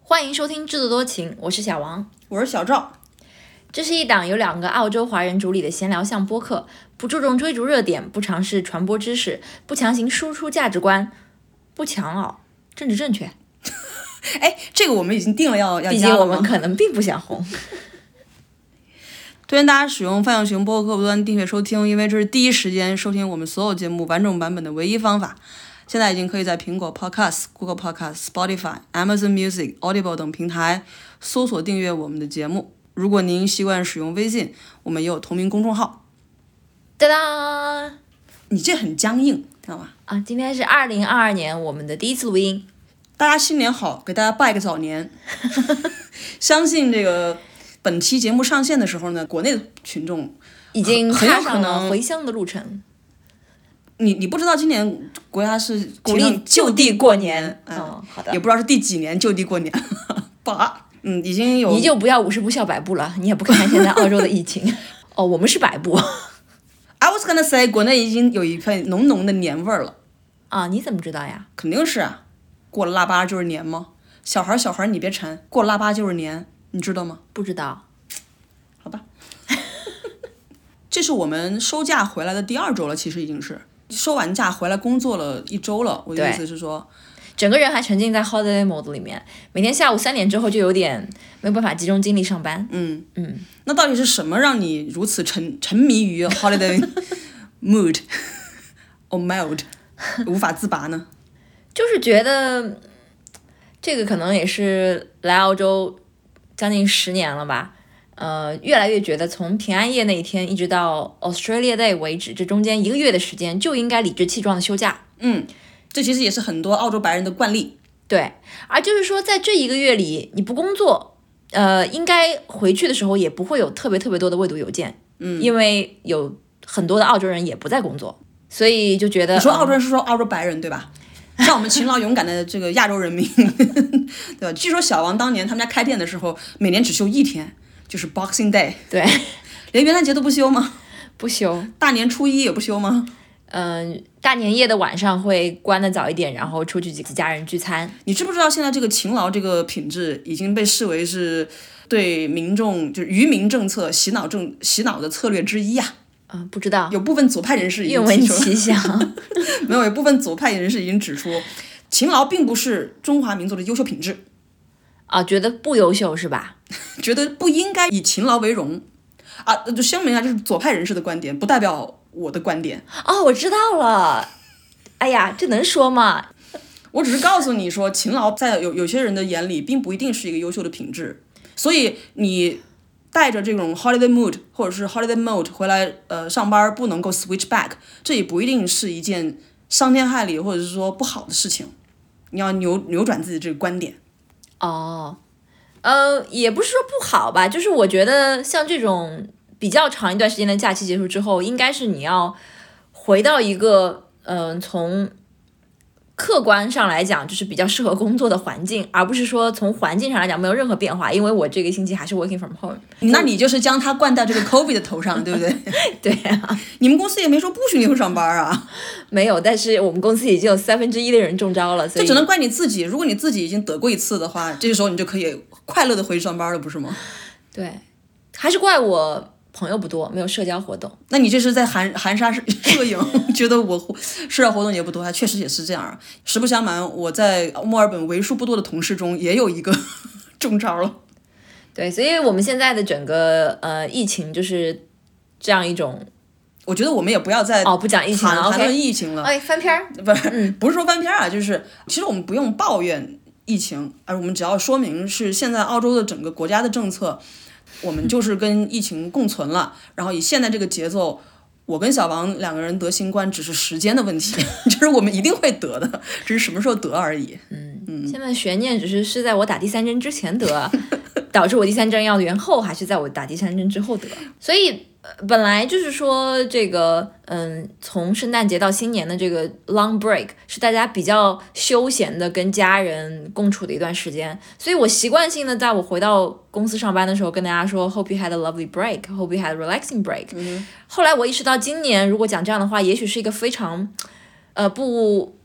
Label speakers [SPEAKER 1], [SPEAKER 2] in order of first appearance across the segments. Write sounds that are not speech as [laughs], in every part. [SPEAKER 1] 欢迎收听《制作多情》，我是小王。
[SPEAKER 2] 我是小赵，
[SPEAKER 1] 这是一档由两个澳洲华人主理的闲聊向播客，不注重追逐热点，不尝试传播知识，不强行输出价值观，不强拗政治正确。
[SPEAKER 2] 哎，这个我们已经定了要要
[SPEAKER 1] 毕
[SPEAKER 2] 啊加
[SPEAKER 1] 竟
[SPEAKER 2] 了
[SPEAKER 1] 我
[SPEAKER 2] 吗
[SPEAKER 1] 们可能并不想
[SPEAKER 2] [laughs]
[SPEAKER 1] 红。
[SPEAKER 2] 推荐大家使用泛用型播客客户端订阅收听，因为这是第一时间收听我们所有节目完整版本的唯一方法。现在已经可以在苹果 Podcast、Google Podcast、Spotify、Amazon Music、Audible 等平台搜索订阅我们的节目。如果您习惯使用微信，我们也有同名公众号。
[SPEAKER 1] 哒哒
[SPEAKER 2] 你这很僵硬，知道吧？
[SPEAKER 1] 啊！今天是二零二二年我们的第一次录音，
[SPEAKER 2] 大家新年好，给大家拜个早年。 [laughs] 相信这个本期节目上线的时候呢，国内的群众
[SPEAKER 1] 已经
[SPEAKER 2] 很有
[SPEAKER 1] 踏上
[SPEAKER 2] 可
[SPEAKER 1] 了
[SPEAKER 2] 能
[SPEAKER 1] 回乡的路程。
[SPEAKER 2] 你你不知道今年国家是
[SPEAKER 1] 鼓励就地过年。
[SPEAKER 2] 嗯
[SPEAKER 1] 哦，好的
[SPEAKER 2] 也。不知道是第几年就地过年， [laughs] 爸，嗯，已经有
[SPEAKER 1] 你就不要五十步笑百步了，你也不看看现在澳洲的疫
[SPEAKER 2] [laughs]
[SPEAKER 1] 情。哦，我们是百步
[SPEAKER 2] I was gonna say 国内已经有一份浓浓的年味儿了，
[SPEAKER 1] 啊？你怎么知道呀？
[SPEAKER 2] 肯定是啊，过了腊八就是年吗？小孩儿小孩儿你别馋，过了腊八就是年，你知道吗？
[SPEAKER 1] 不知道。
[SPEAKER 2] 好吧，这是我们收假回来的第二周了，其实已经是收完假回来工作了一周了。我的
[SPEAKER 1] 对
[SPEAKER 2] 意思是说，
[SPEAKER 1] 整个人还沉浸在 holiday mode 里面，每天下午三点之后就有点没有办法集中精力上班。
[SPEAKER 2] 嗯
[SPEAKER 1] 嗯，
[SPEAKER 2] 那到底是什么让你如此沉沉迷于 holiday [laughs] mood [laughs] or meld 无法自拔呢？
[SPEAKER 1] 就是觉得这个可能也是来澳洲将近十年了吧，呃，越来越觉得从平安夜那一天一直到 Australia Day 为止，这中间一个月的时间就应该理直气壮的休假。
[SPEAKER 2] 嗯，这其实也是很多澳洲白人的惯例。
[SPEAKER 1] 对，而就是说，在这一个月里，你不工作，呃，应该回去的时候也不会有特别特别多的未读邮件，嗯，因为有很多的澳洲人也不在工作，所以就觉得
[SPEAKER 2] 你说
[SPEAKER 1] 嗯
[SPEAKER 2] 澳洲人是说澳洲白人对吧？像我们勤劳勇敢的这个亚洲人民， [laughs] 对吧？据说小王当年他们家开店的时候，每年只休一天，就是 Boxing Day，
[SPEAKER 1] 对
[SPEAKER 2] 连元旦节 [laughs] 都不休吗？
[SPEAKER 1] 不休，
[SPEAKER 2] 大年初一也不休吗？
[SPEAKER 1] 嗯、大年夜的晚上会关的早一点，然后出去几几家人聚餐，
[SPEAKER 2] 你知不知道现在这个勤劳这个品质已经被视为是对民众就是愚民政策洗脑政洗脑的策略之一啊？
[SPEAKER 1] 嗯、不知道
[SPEAKER 2] 有部分左派人士已
[SPEAKER 1] 愿
[SPEAKER 2] 经
[SPEAKER 1] 闻
[SPEAKER 2] 提出了，
[SPEAKER 1] 其详，
[SPEAKER 2] 没有有部分左派人士已经指出，勤劳并不是中华民族的优秀品质，
[SPEAKER 1] 啊，觉得不优秀是吧？
[SPEAKER 2] 觉得不应该以勤劳为荣啊。就声明一下，这是左派人士的观点，不代表我的观点。
[SPEAKER 1] 哦，我知道了，哎呀，这能说吗？
[SPEAKER 2] 我只是告诉你说，勤劳在有有些人的眼里，并不一定是一个优秀的品质。所以你带着这种 holiday mood 或者是 holiday mode 回来，呃，上班不能够 switch back，这也不一定是一件伤天害理或者是说不好的事情。你要扭扭转自己这个观点。
[SPEAKER 1] 哦，呃，也不是说不好吧，就是我觉得像这种比较长一段时间的假期结束之后，应该是你要回到一个，嗯、从客观上来讲，就是比较适合工作的环境，而不是说从环境上来讲没有任何变化，因为我这个星期还是 working from home。 [laughs]
[SPEAKER 2] 那你就是将它灌到这个 COVID 的头上，对不对？
[SPEAKER 1] 对啊，
[SPEAKER 2] [laughs] 你们公司也没说不许你们上班啊，
[SPEAKER 1] 没有，但是我们公司已经有三分之一的人中招了，所
[SPEAKER 2] 这
[SPEAKER 1] 以
[SPEAKER 2] 只能怪你自己。如果你自己已经得过一次的话，这个时候你就可以快乐的回去上班了，不是吗？
[SPEAKER 1] 对，还是怪我朋友不多，没有社交活动。
[SPEAKER 2] 那你这是在含含沙射 [laughs] 射影，觉得我活社交活动也不多，还确实也是这样啊。实不相瞒，我在墨尔本为数不多的同事中也有一个 [laughs] 中招了。
[SPEAKER 1] 对，所以我们现在的整个呃疫情就是这样一种
[SPEAKER 2] 我觉得我们也不要再
[SPEAKER 1] 哦，不讲疫情
[SPEAKER 2] 谈
[SPEAKER 1] 了
[SPEAKER 2] 谈论
[SPEAKER 1] ，OK，
[SPEAKER 2] 疫情了，
[SPEAKER 1] 哎，翻篇儿，
[SPEAKER 2] 不是不是说翻篇儿啊，就是其实我们不用抱怨疫情，而我们只要说明是现在澳洲的整个国家的政策，我们就是跟疫情共存了，然后以现在这个节奏。我跟小王两个人得新冠只是时间的问题， [laughs] 就是我们一定会得的，只是什么时候得而已。
[SPEAKER 1] 现在悬念只是是在我打第三针之前得， [laughs] 导致我第三针要延后，还是在我打第三针之后得？所以、呃本来就是说这个，嗯，从圣诞节到新年的这个 long break 是大家比较休闲的跟家人共处的一段时间，所以我习惯性的在我回到公司上班的时候跟大家说，hope you had a lovely break，hope you had a relaxing break、后来我意识到，今年如果讲这样的话，也许是一个非常，呃，不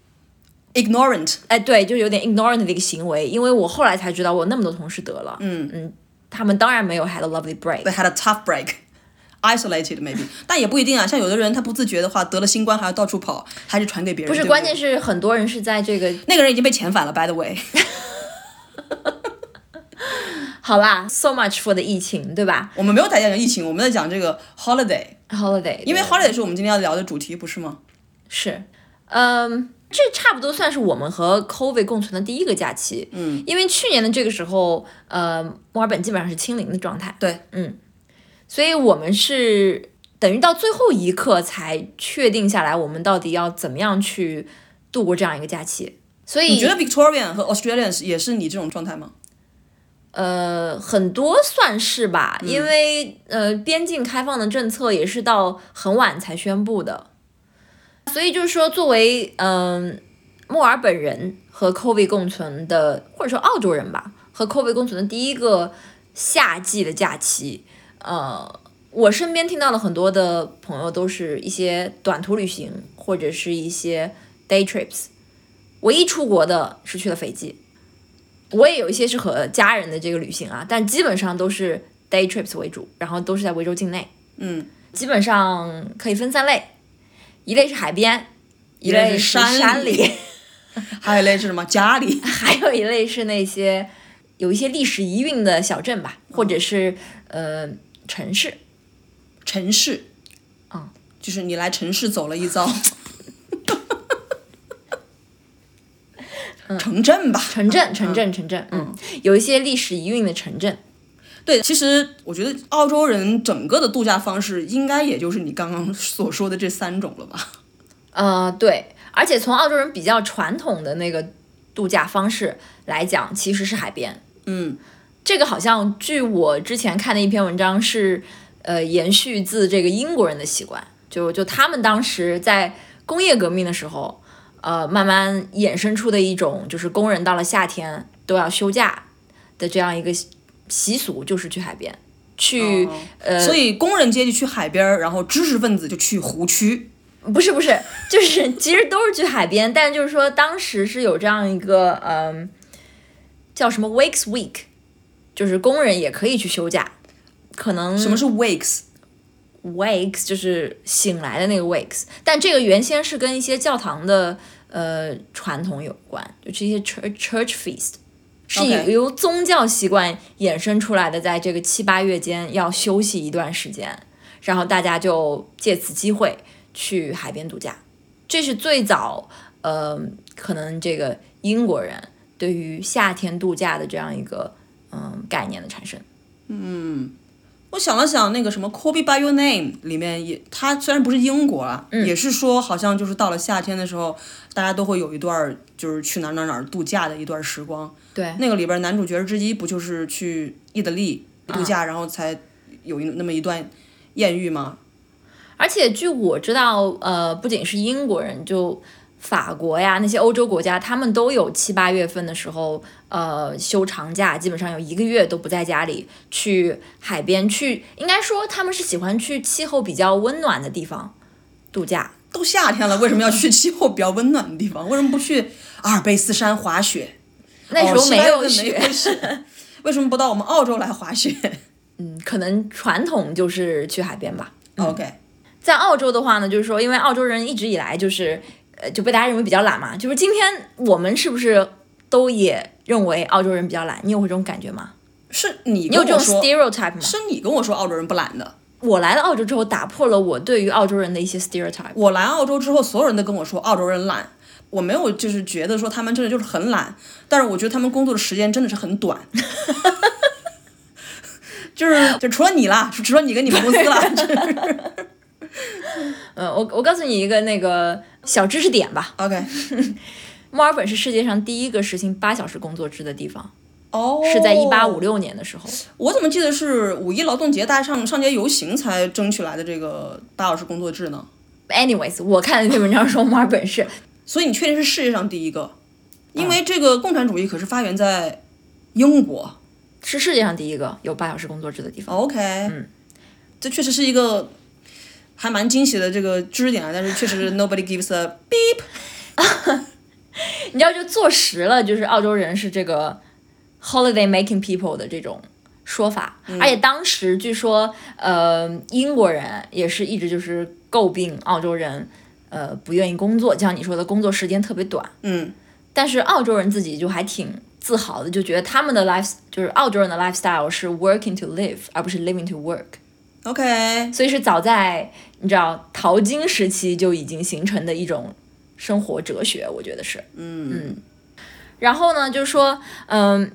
[SPEAKER 2] ignorant，
[SPEAKER 1] 哎，对，就有点 ignorant 的一个行为，因为我后来才知道，我有那么多同事得了，嗯嗯，他们当然没有 had a lovely break，
[SPEAKER 2] they had a tough break。Isolated maybe，但也不一定啊。像有的人他不自觉的话，得了新冠还要到处跑，还是传给别人。
[SPEAKER 1] 不
[SPEAKER 2] 对
[SPEAKER 1] 是，
[SPEAKER 2] 不
[SPEAKER 1] 关
[SPEAKER 2] 对
[SPEAKER 1] 键是很多人是在这个
[SPEAKER 2] 那个人已经被遣返了。By the way， [laughs]
[SPEAKER 1] 好啦，so much for 的疫情，对吧
[SPEAKER 2] 我们没有在讲疫情，我们在讲这个 holiday，
[SPEAKER 1] ？holiday，
[SPEAKER 2] 因
[SPEAKER 1] 对
[SPEAKER 2] 为 holiday 是我们今天要聊的主题，不是吗？
[SPEAKER 1] 是，嗯，这差不多算是我们和 COVID 共存的第一个假期。嗯，因为去年的这个时候，呃，墨尔本基本上是清零的状态，嗯
[SPEAKER 2] 对，
[SPEAKER 1] 所以我们是等于到最后一刻才确定下来，我们到底要怎么样去度过这样一个假期。所
[SPEAKER 2] 你
[SPEAKER 1] 以
[SPEAKER 2] 觉，得 Victorian 和 Australians 也是你这种状态吗？
[SPEAKER 1] 呃，很多算是吧，因为呃，边境开放的政策也是到很晚才宣布的，所以就是说，作为嗯、墨尔本人和 COVID 共存的，或者说澳洲人吧，和 COVID 共存的第一个夏季的假期，呃，我身边听到的很多的朋友都是一些短途旅行或者是一些 day trips。唯一出国的是去了斐济，我也有一些是和家人的这个旅行啊，但基本上都是 day trips 为主，然后都是在维州境内。
[SPEAKER 2] 嗯，
[SPEAKER 1] 基本上可以分三类，一类是海边，一
[SPEAKER 2] 类
[SPEAKER 1] 类
[SPEAKER 2] 是
[SPEAKER 1] 山
[SPEAKER 2] 山里还有类似什么家
[SPEAKER 1] [laughs]
[SPEAKER 2] 里？
[SPEAKER 1] 还有一类是那些有一些历史遗韵的小镇吧，或者是呃城市。
[SPEAKER 2] 城市，
[SPEAKER 1] 嗯，
[SPEAKER 2] 就是你来城市走了一遭，
[SPEAKER 1] 嗯
[SPEAKER 2] 城镇吧。
[SPEAKER 1] 城镇，城镇，城镇，嗯，有一些历史遗韵的城镇，
[SPEAKER 2] 对，其实我觉得澳洲人整个的度假方式，应该也就是你刚刚所说的这三种了吧？
[SPEAKER 1] 呃，对，而且从澳洲人比较传统的那个度假方式来讲，其实是海边。
[SPEAKER 2] 嗯，
[SPEAKER 1] 这个好像据我之前看的一篇文章是，呃，延续自这个英国人的习惯，就就他们当时在工业革命的时候，呃，慢慢衍生出的一种就是工人到了夏天都要休假的这样一个习习俗，就是去海边，去、
[SPEAKER 2] 哦
[SPEAKER 1] 呃
[SPEAKER 2] 所以工人阶级去海边儿，然后知识分子就去湖区。
[SPEAKER 1] [laughs] 不是不 [laughs] 是，就是其实都是去海边，但就是说当时是有这样一个嗯，叫什么 Wakes Week，就是工人也可以去休假，可能
[SPEAKER 2] 什么是 wakes？
[SPEAKER 1] wakes 就是醒来的那个 wakes，但这个原先是跟一些教堂的呃传统有关，就是一些 church church feast，是
[SPEAKER 2] OK
[SPEAKER 1] 由宗教习惯衍生出来的，在这个七八月间要休息一段时间，然后大家就借此机会去海边度假，这是最早呃可能这个英国人对于夏天度假的这样一个嗯、概念的产生。
[SPEAKER 2] 我想了想，那个什么《Call Me by Your Name》里面也，它虽然不是英国啊，
[SPEAKER 1] 嗯
[SPEAKER 2] 也是说好像就是到了夏天的时候，大家都会有一段儿就是去哪儿哪儿哪儿度假的一段时光。
[SPEAKER 1] 对，
[SPEAKER 2] 那个里边儿男主角之一不就是去意大利度假，然后才有一那么一段艳遇吗？
[SPEAKER 1] 而且据我知道，呃，不仅是英国人，就法国呀那些欧洲国家，他们都有七八月份的时候，呃，休长假，基本上有一个月都不在家里，去海边去，应该说他们是喜欢去气候比较温暖的地方度假。
[SPEAKER 2] 都夏天了，为什么要去气候比较温暖的地方？为什么不去阿尔卑斯山滑雪？
[SPEAKER 1] 那时
[SPEAKER 2] 哦
[SPEAKER 1] 候
[SPEAKER 2] 西
[SPEAKER 1] 没
[SPEAKER 2] 班牙
[SPEAKER 1] 有
[SPEAKER 2] 人
[SPEAKER 1] 雪，
[SPEAKER 2] 没有雪， [laughs] 为什么不到我们澳洲来滑雪、
[SPEAKER 1] 嗯，可能传统就是去海边吧。
[SPEAKER 2] o k
[SPEAKER 1] 在澳洲的话呢，就是说，因为澳洲人一直以来就是，呃，就被大家认为比较懒嘛。就是今天我们是不是都也认为澳洲人比较懒？你有这种感觉吗？
[SPEAKER 2] 是你
[SPEAKER 1] 你
[SPEAKER 2] 跟
[SPEAKER 1] 有这
[SPEAKER 2] 我
[SPEAKER 1] 种
[SPEAKER 2] 说，
[SPEAKER 1] stereotype 吗？
[SPEAKER 2] 是你跟我说澳洲人不懒的。
[SPEAKER 1] 我来了澳洲之后，打破了我对于澳洲人的一些 stereotype。
[SPEAKER 2] 我来澳洲之后，所有人都跟我说澳洲人懒，我没有就是觉得说他们真的就是很懒，但是我觉得他们工作的时间真的是很短。 [laughs] 就是就除了你啦，除除了你跟你们公司
[SPEAKER 1] [laughs]
[SPEAKER 2] 啦，就是
[SPEAKER 1] 嗯，我我告诉你一个那个小知识点吧，
[SPEAKER 2] OK，
[SPEAKER 1] 墨尔本是世界上第一个实行八小时工作制的地方，
[SPEAKER 2] 哦，
[SPEAKER 1] [laughs] 是在一八五。六年的时候。
[SPEAKER 2] 我怎么记得是五一劳动节大家上上街游行才争取来的这个八小时工作制呢？
[SPEAKER 1] Anyways，我看了一篇文章说墨尔本是
[SPEAKER 2] 所以你确定是世界上第一个？因
[SPEAKER 1] 啊
[SPEAKER 2] 为这个共产主义可是发源在英国。
[SPEAKER 1] 是世界上第一个有八小时工作制的地方。
[SPEAKER 2] OK，嗯，这确实是一个还
[SPEAKER 1] [laughs]
[SPEAKER 2] 蛮惊喜的这个知识点啊，但是确实 nobody gives a beep。
[SPEAKER 1] 你知道，就坐实了，就是澳洲人是这个 holiday making people 的这种说法。而且当时据说，呃，英国人也是一直就是诟病澳洲人，呃，不愿意工作，就像你说的，工作时间特别短。
[SPEAKER 2] 嗯，
[SPEAKER 1] 但是澳洲人自己就还挺自豪的，就觉得他们的 life 就是澳洲人的 lifestyle 是 working to live，而不是 living to work。
[SPEAKER 2] OK，
[SPEAKER 1] 所以是早在你知道淘金时期就已经形成的一种生活哲学，我觉得是。
[SPEAKER 2] 嗯
[SPEAKER 1] 然后呢，就是说，嗯，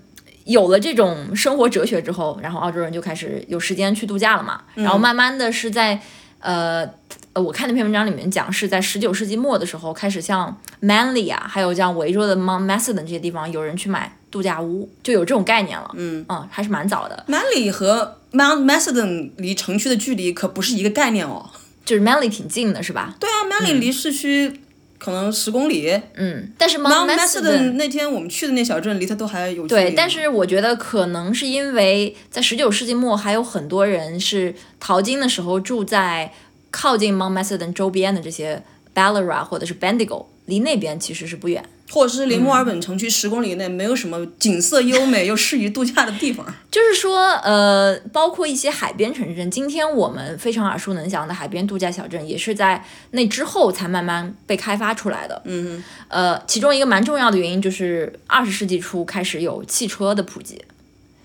[SPEAKER 1] 有了这种生活哲学之后，然后澳洲人就开始有时间去度假了嘛。
[SPEAKER 2] 嗯
[SPEAKER 1] 然后慢慢的是在，呃，呃我看那篇文章里面讲，是在十九世纪末的时候，开始像 Manly 啊，还有像维州的 Mount Macedon 这些地方，有人去买度假屋，就有这种概念了。
[SPEAKER 2] 嗯
[SPEAKER 1] 嗯，还是蛮早的。
[SPEAKER 2] ，Manly 和 Mount Macedon 离城区的距离可不是一个概念哦。
[SPEAKER 1] 就是 Manly 挺近的，是吧？
[SPEAKER 2] 对啊，Manly 离市区可能十公里
[SPEAKER 1] 嗯，但是 Mount
[SPEAKER 2] ，Mount
[SPEAKER 1] Macedon
[SPEAKER 2] Macedon 那天我们去的那小镇离它都还有距离
[SPEAKER 1] 对，
[SPEAKER 2] 呢
[SPEAKER 1] 但是我觉得可能是因为在十九世纪末，还有很多人是淘金的时候住在靠近 Mount Macedon 周边的这些 Ballarat 或者是 Bendigo，离那边其实是不远。
[SPEAKER 2] 或者是离
[SPEAKER 1] 嗯
[SPEAKER 2] 墨尔本城区十公里内没有什么景色优美又适宜度假的地方。
[SPEAKER 1] 就是说，呃，包括一些海边城镇，今天我们非常耳熟能详的海边度假小镇，也是在那之后才慢慢被开发出来的。
[SPEAKER 2] 嗯哼，
[SPEAKER 1] 呃，其中一个蛮重要的原因就是二十世纪初开始有汽车的普及。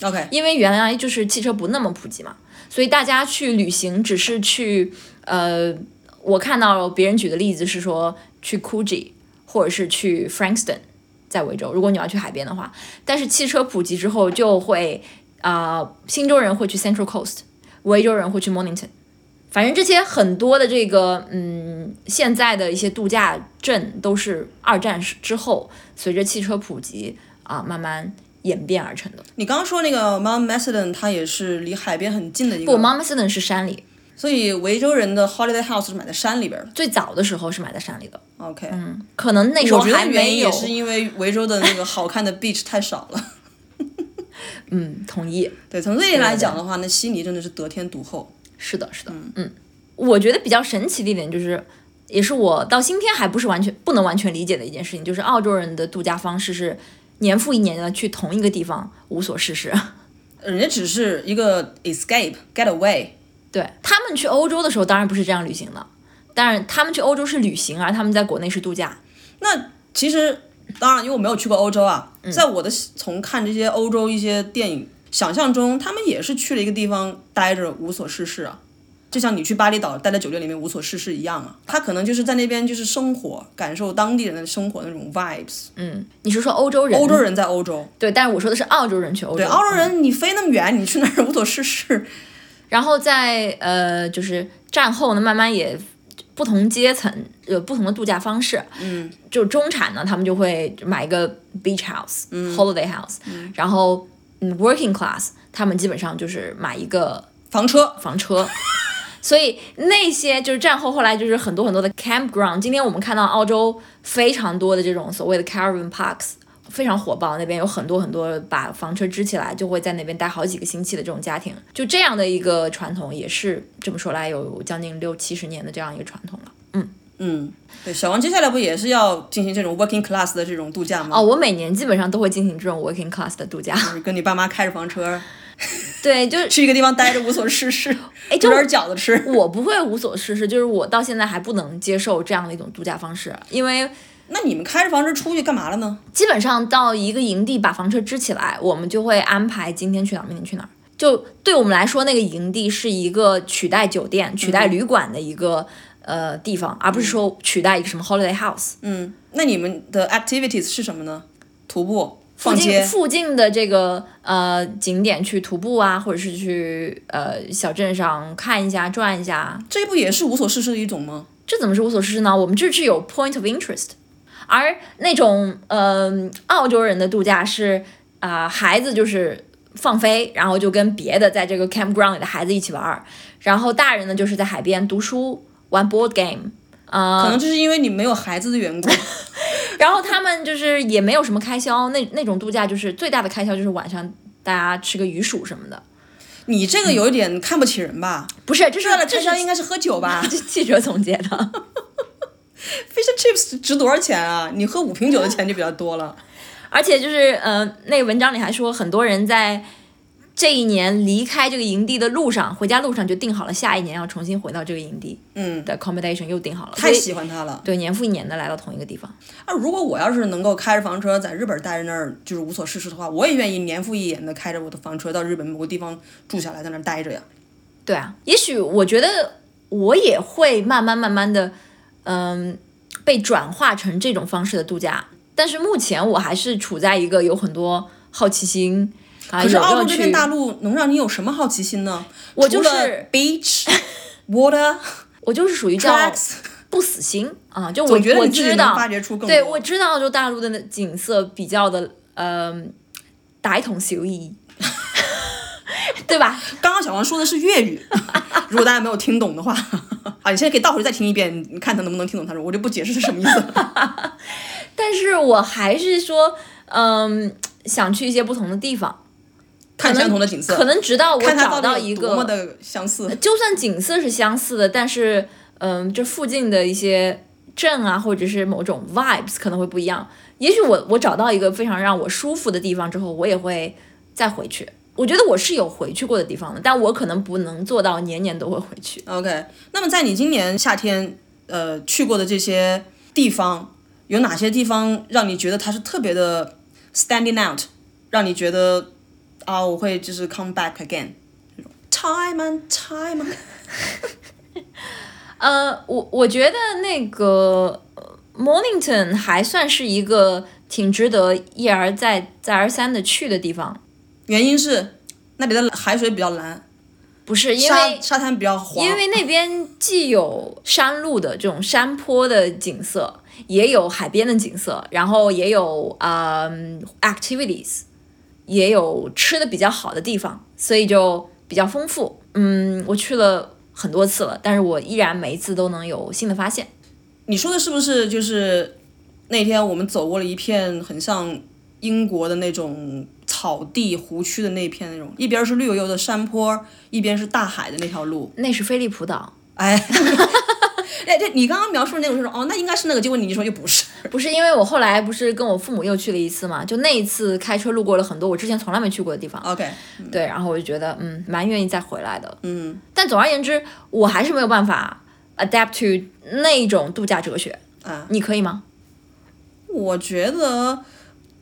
[SPEAKER 2] OK，
[SPEAKER 1] 因为原来就是汽车不那么普及嘛，所以大家去旅行只是去呃，我看到别人举的例子是说去 Coogee 或者是去 Frankston，在维州，如果你要去海边的话，但是汽车普及之后就会啊、呃新州人会去 Central Coast，维州人会去 Mornington。反正这些很多的这个，嗯，现在的一些度假镇都是二战时之后随着汽车普及啊、慢慢演变而成的。
[SPEAKER 2] 你刚刚说那个 Mount Macedon，它也是离海边很近的一
[SPEAKER 1] 不
[SPEAKER 2] 个，
[SPEAKER 1] ，Mama Sedan 是山里，
[SPEAKER 2] 所以维州人的 Holiday House 是买在山里边的。
[SPEAKER 1] 最早的时候是埋在山里的，
[SPEAKER 2] OK，、
[SPEAKER 1] 可能那时候
[SPEAKER 2] 嗯我觉
[SPEAKER 1] 还
[SPEAKER 2] 得原
[SPEAKER 1] 没
[SPEAKER 2] 因
[SPEAKER 1] 有
[SPEAKER 2] 也。是因为维州的那个好看的 beach 太少 [laughs] 了。
[SPEAKER 1] 嗯，同意，
[SPEAKER 2] 对，从这一点来讲的话，那悉尼真的是得天独厚。
[SPEAKER 1] 是的，是的，嗯我觉得比较神奇的一点就是，也是我到今天还不是完全不能完全理解的一件事情，就是澳洲人的度假方式是年复一年的去同一个地方无所事
[SPEAKER 2] [laughs]
[SPEAKER 1] 事。
[SPEAKER 2] 人家只是一个 escape get away，
[SPEAKER 1] 对他们去欧洲的时候，当然不是这样旅行的，当然他们去欧洲是旅行，啊而他们在国内是度假。
[SPEAKER 2] 那其实当然，因为我没有去过欧洲啊，在我的从看这些欧洲一些电影想象中，他们也是去了一个地方待着无所事事啊，就像你去巴厘岛待在酒店里面无所事事一样啊。他可能就是在那边就是生活，感受当地人的生活那种 vibes。
[SPEAKER 1] 嗯，你是说欧洲人？
[SPEAKER 2] 欧洲人在欧洲，
[SPEAKER 1] 对，但是我说的是澳洲人去欧洲。
[SPEAKER 2] 对澳洲人，你飞那么远，你去那儿无所事事，
[SPEAKER 1] 然后在呃，就是战后呢，慢慢也不同阶层有不同的度假方式。
[SPEAKER 2] 嗯，
[SPEAKER 1] 就中产呢，他们就会买一个 beach house、holiday house，、然后嗯 working class，他们基本上就是买一个
[SPEAKER 2] 房车
[SPEAKER 1] 房车。 [laughs] 所以那些就是战后后来就是很多很多的 campground，今天我们看到澳洲非常多的这种所谓的 caravan parks，非常火爆，那边有很多很多把房车支起来就会在那边待好几个星期的这种家庭，就这样的一个传统也是这么说来有将近六七十年的这样一个传统了。
[SPEAKER 2] 嗯，对，小王接下来不也是要进行这种 working class 的这种度假吗？
[SPEAKER 1] 哦，我每年基本上都会进行这种 working class 的度假，
[SPEAKER 2] 就是跟你爸妈开着房车
[SPEAKER 1] 对，就是
[SPEAKER 2] 去一个地方待着无所事事，
[SPEAKER 1] 哎，
[SPEAKER 2] 煮
[SPEAKER 1] 就
[SPEAKER 2] 点饺子吃。
[SPEAKER 1] 我不会无所事事，就是我到现在还不能接受这样的一种度假方式，因为
[SPEAKER 2] 那你们开着房车出去干嘛了呢？
[SPEAKER 1] 基本上到一个营地把房车支起来，我们就会安排今天去哪儿，明天去哪儿。就对我们来说，那个营地是一个取代酒店、取代旅馆的一个、呃地方，而不是说取代一个什么 holiday house。
[SPEAKER 2] 嗯，那你们的 activities 是什么呢？徒步、
[SPEAKER 1] 附
[SPEAKER 2] 逛
[SPEAKER 1] 近
[SPEAKER 2] 街。
[SPEAKER 1] 附近的这个呃景点去徒步啊，或者是去呃小镇上看一下、转一下，
[SPEAKER 2] 这不也是无所事事的一种吗？
[SPEAKER 1] 这怎么是无所事事呢？我们这是有 point of interest，而那种嗯、澳洲人的度假是啊、孩子就是放飞，然后就跟别的在这个 campground 里的孩子一起玩儿，然后大人呢就是在海边读书、玩 board game，啊、
[SPEAKER 2] 可能就是因为你没有孩子的
[SPEAKER 1] [laughs]
[SPEAKER 2] 缘故。
[SPEAKER 1] 然后他们就是也没有什么开销，那那种度假就是最大的开销就是晚上大家吃个鱼薯什么的，
[SPEAKER 2] 你这个有一点
[SPEAKER 1] 嗯
[SPEAKER 2] 看不起人吧？啊
[SPEAKER 1] 不是，这是
[SPEAKER 2] 对了，
[SPEAKER 1] 这
[SPEAKER 2] 智
[SPEAKER 1] 是？
[SPEAKER 2] 商应该是喝酒吧
[SPEAKER 1] 记者总结的。
[SPEAKER 2] fish and chips 值多少钱啊？你喝五瓶酒的钱就比较多了。
[SPEAKER 1] 而且就是呃，那个文章里还说，很多人在这一年离开这个营地的路上，回家路上就定好了下一年要重新回到这个营地
[SPEAKER 2] 嗯，
[SPEAKER 1] 的 accommodation 又定好了，
[SPEAKER 2] 太
[SPEAKER 1] 所以
[SPEAKER 2] 喜欢它了。
[SPEAKER 1] 对，年复一年的来到同一个地方。
[SPEAKER 2] 啊，如果我要是能够开着房车在日本待在那儿，就是无所事事的话，我也愿意年复一年的开着我的房车到日本某个地方住下来，在那儿待着呀。
[SPEAKER 1] 对啊，也许我觉得我也会慢慢慢慢的，嗯，被转化成这种方式的度假。但是目前我还是处在一个有很多好奇心啊，
[SPEAKER 2] 可是
[SPEAKER 1] 有没
[SPEAKER 2] 澳
[SPEAKER 1] 有
[SPEAKER 2] 洲这片
[SPEAKER 1] 去？
[SPEAKER 2] 大陆能让你有什么好奇心呢？
[SPEAKER 1] 我就
[SPEAKER 2] 除了
[SPEAKER 1] 是
[SPEAKER 2] beach [laughs] water
[SPEAKER 1] 我就是属于叫
[SPEAKER 2] tracks，
[SPEAKER 1] 不死心啊，就我
[SPEAKER 2] 总觉得
[SPEAKER 1] 我
[SPEAKER 2] 你自己
[SPEAKER 1] 知
[SPEAKER 2] 能
[SPEAKER 1] 道
[SPEAKER 2] 发，掘出更多。
[SPEAKER 1] 对我知道就大陆的那景色比较的，嗯、大同小异， [laughs] 对吧？
[SPEAKER 2] 刚刚小王说的是粤语， [laughs] 如果大家没有听懂的话， [laughs] 啊，你现在可以倒回去再听一遍，你看他能不能听懂他说，我就不解释是什么意 [laughs] 思了。
[SPEAKER 1] 但是我还是说，嗯、想去一些不同的地方，
[SPEAKER 2] 看相同的景色，
[SPEAKER 1] 可能直到我
[SPEAKER 2] 看它
[SPEAKER 1] 找
[SPEAKER 2] 到底
[SPEAKER 1] 一
[SPEAKER 2] 有多么
[SPEAKER 1] 个，
[SPEAKER 2] 的相似。
[SPEAKER 1] 就算景色是相似的，但是，嗯、这附近的一些镇啊，或者是某种 vibes 可能会不一样。也许我我找到一个非常让我舒服的地方之后，我也会再回去。我觉得我是有回去过的地方的，但我可能不能做到年年都会回去。
[SPEAKER 2] OK，那么在你今年夏天呃去过的这些地方，有哪些地方让你觉得它是特别的 standing out，让你觉得啊我会就是 come back again 这种 time and time and-
[SPEAKER 1] 呃，我我觉得那个呃 Mornington 还算是一个挺值得一而再再而三的去的地方，
[SPEAKER 2] 原因是那里的海水比较蓝，
[SPEAKER 1] 不是因
[SPEAKER 2] 沙
[SPEAKER 1] 为
[SPEAKER 2] 沙滩比较滑，
[SPEAKER 1] 因为那边既有山路的这种山坡的景色，也有海边的景色，然后也有嗯 activities，也有吃的比较好的地方，所以就比较丰富。嗯，我去了很多次了，但是我依然每一次都能有新的发现。
[SPEAKER 2] 你说的是不是就是那天我们走过了一片很像英国的那种草地湖区的那片那种，一边是绿油油的山坡，一边是大海的那条路。
[SPEAKER 1] 那是菲利普岛。
[SPEAKER 2] 哎， [laughs] 哎，对你刚刚描述的那种是说哦，那应该是那个，结果你一说又不是。 [laughs]
[SPEAKER 1] 不是因为我后来不是跟我父母又去了一次嘛，就那一次开车路过了很多我之前从来没去过的地方，
[SPEAKER 2] OK，
[SPEAKER 1] 对，然后我就觉得嗯，蛮愿意再回来的，嗯。但总而言之，我还是没有办法 adapt to 那种度假哲学
[SPEAKER 2] 啊，
[SPEAKER 1] 你可以吗？
[SPEAKER 2] 我觉得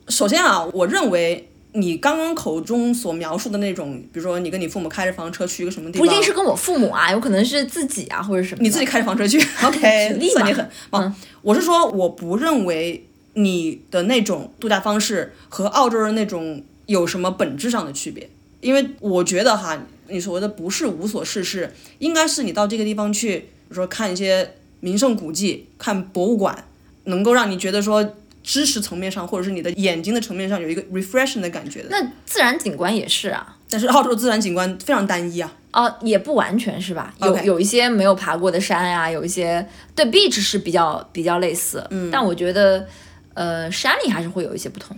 [SPEAKER 2] 首先啊，我认为。你刚刚口中所描述的那种，比如说你跟你父母开着房车去一个什么地
[SPEAKER 1] 不
[SPEAKER 2] 方，
[SPEAKER 1] 一定是跟我父母啊，有可能是自己啊或者什么的。
[SPEAKER 2] 你自己开着房车去 [laughs] ，OK，
[SPEAKER 1] 举例
[SPEAKER 2] 算你
[SPEAKER 1] 嘛
[SPEAKER 2] 狠。啊我是说，我不认为你的那种度假方式和澳洲人那种有什么本质上的区别，因为我觉得哈，你所谓的不是无所事事，应该是你到这个地方去，比如说看一些名胜古迹，看博物馆，能够让你觉得说。知识层面上，或者是你的眼睛的层面上，有一个 refreshing 的感觉的。
[SPEAKER 1] 那自然景观也是啊，
[SPEAKER 2] 但是澳洲自然景观非常单一啊，
[SPEAKER 1] 哦，也不完全是吧？有
[SPEAKER 2] OK
[SPEAKER 1] 有一些没有爬过的山啊，有一些对 beach 是比较比较类似，嗯，但我觉得呃山里还是会有一些不同。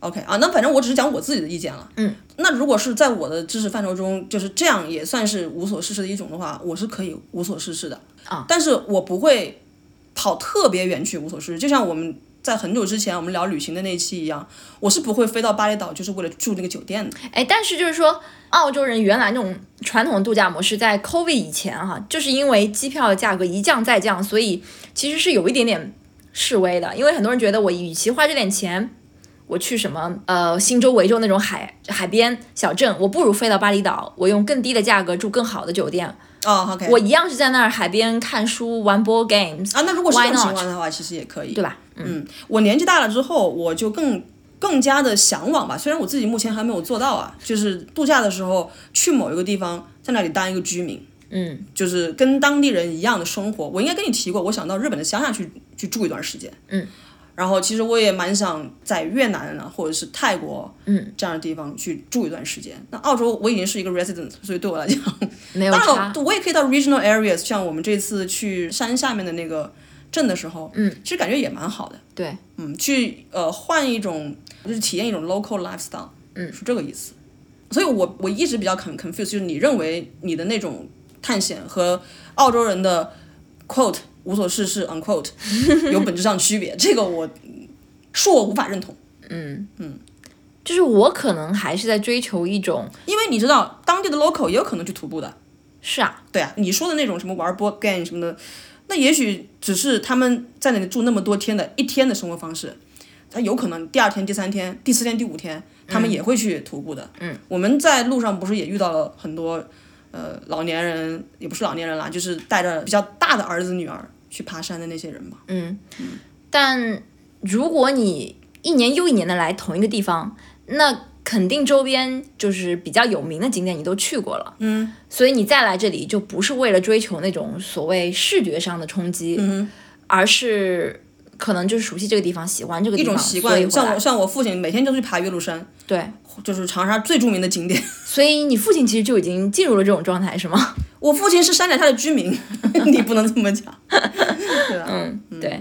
[SPEAKER 2] OK 啊，那反正我只是讲我自己的意见了。
[SPEAKER 1] 嗯，
[SPEAKER 2] 那如果是在我的知识范畴中，就是这样也算是无所事事的一种的话，我是可以无所事事的
[SPEAKER 1] 啊，
[SPEAKER 2] 但是我不会跑特别远去无所事事。就像我们在很久之前我们聊旅行的那一期一样，我是不会飞到巴厘岛就是为了住那个酒店的。
[SPEAKER 1] 哎，但是就是说，澳洲人原来那种传统的度假模式，在 COVID 以前哈、就是因为机票的价格一降再降，所以其实是有一点点示威的，因为很多人觉得我与其花这点钱。我去什么呃新州、维州那种海海边小镇，我不如飞到巴厘岛，我用更低的价格住更好的酒店，
[SPEAKER 2] 啊，OK，
[SPEAKER 1] 我一样是在那儿海边看书、玩 board games，
[SPEAKER 2] 啊，那如果是这
[SPEAKER 1] Why
[SPEAKER 2] 种情
[SPEAKER 1] not？
[SPEAKER 2] 况的话，其实也可以。
[SPEAKER 1] 对吧？嗯，
[SPEAKER 2] 嗯，我年纪大了之后，我就更更加的向往吧。虽然我自己目前还没有做到啊，就是度假的时候去某一个地方，在那里当一个居民，嗯，就是跟当地人一样的生活。我应该跟你提过，我想到日本的乡下去去住一段时间，嗯。然后其实我也蛮想在越南呢，或者是泰国，嗯，这样的地方去住一段时间。那澳洲我已经是一个 resident，所以对我来讲，
[SPEAKER 1] 嗯没有
[SPEAKER 2] 当然
[SPEAKER 1] 差
[SPEAKER 2] 了，。我也可以到 regional areas，像我们这次去山下面的那个镇的时候，嗯，其实感觉也蛮好的。
[SPEAKER 1] 对，
[SPEAKER 2] 嗯，去呃换一种，就是体验一种 local lifestyle，嗯，是这个意思。所以我我一直比较 con confused，就是你认为你的那种探险和澳洲人的 quote 无所事事 unquote 有本质上区别，这个我恕我无法认同。
[SPEAKER 1] 就是我可能还是在追求一种
[SPEAKER 2] 因为你知道，当地的 local 也有可能去徒步的。
[SPEAKER 1] 是啊，
[SPEAKER 2] 对啊，你说的那种什么玩 board game 什么的，那也许只是他们在那里住那么多天的一天的生活方式，他有可能第二天、第三天、第四天、第五天，他们也会去徒步的。嗯，我们在路上不是也遇到了很多呃老年人，也不是老年人啦，就是带着比较大的儿子女儿去爬山的那些人嘛。
[SPEAKER 1] 但如果你一年又一年的来同一个地方，那肯定周边就是比较有名的景点你都去过了，嗯，所以你再来这里就不是为了追求那种所谓视觉上的冲击，嗯，而是可能就是熟悉这个地方，喜欢这个
[SPEAKER 2] 一
[SPEAKER 1] 地方，
[SPEAKER 2] 种习
[SPEAKER 1] 所以
[SPEAKER 2] 惯，
[SPEAKER 1] 回
[SPEAKER 2] 像
[SPEAKER 1] 来
[SPEAKER 2] 我像我父亲每天就去爬岳麓山，
[SPEAKER 1] 对，
[SPEAKER 2] 就是长沙最著名的景点。
[SPEAKER 1] 所以你父亲其实就已经进入了这种状态，是吗？
[SPEAKER 2] 我父亲是山脚下的居民， [laughs] 你不能这么讲。对啊，
[SPEAKER 1] 对。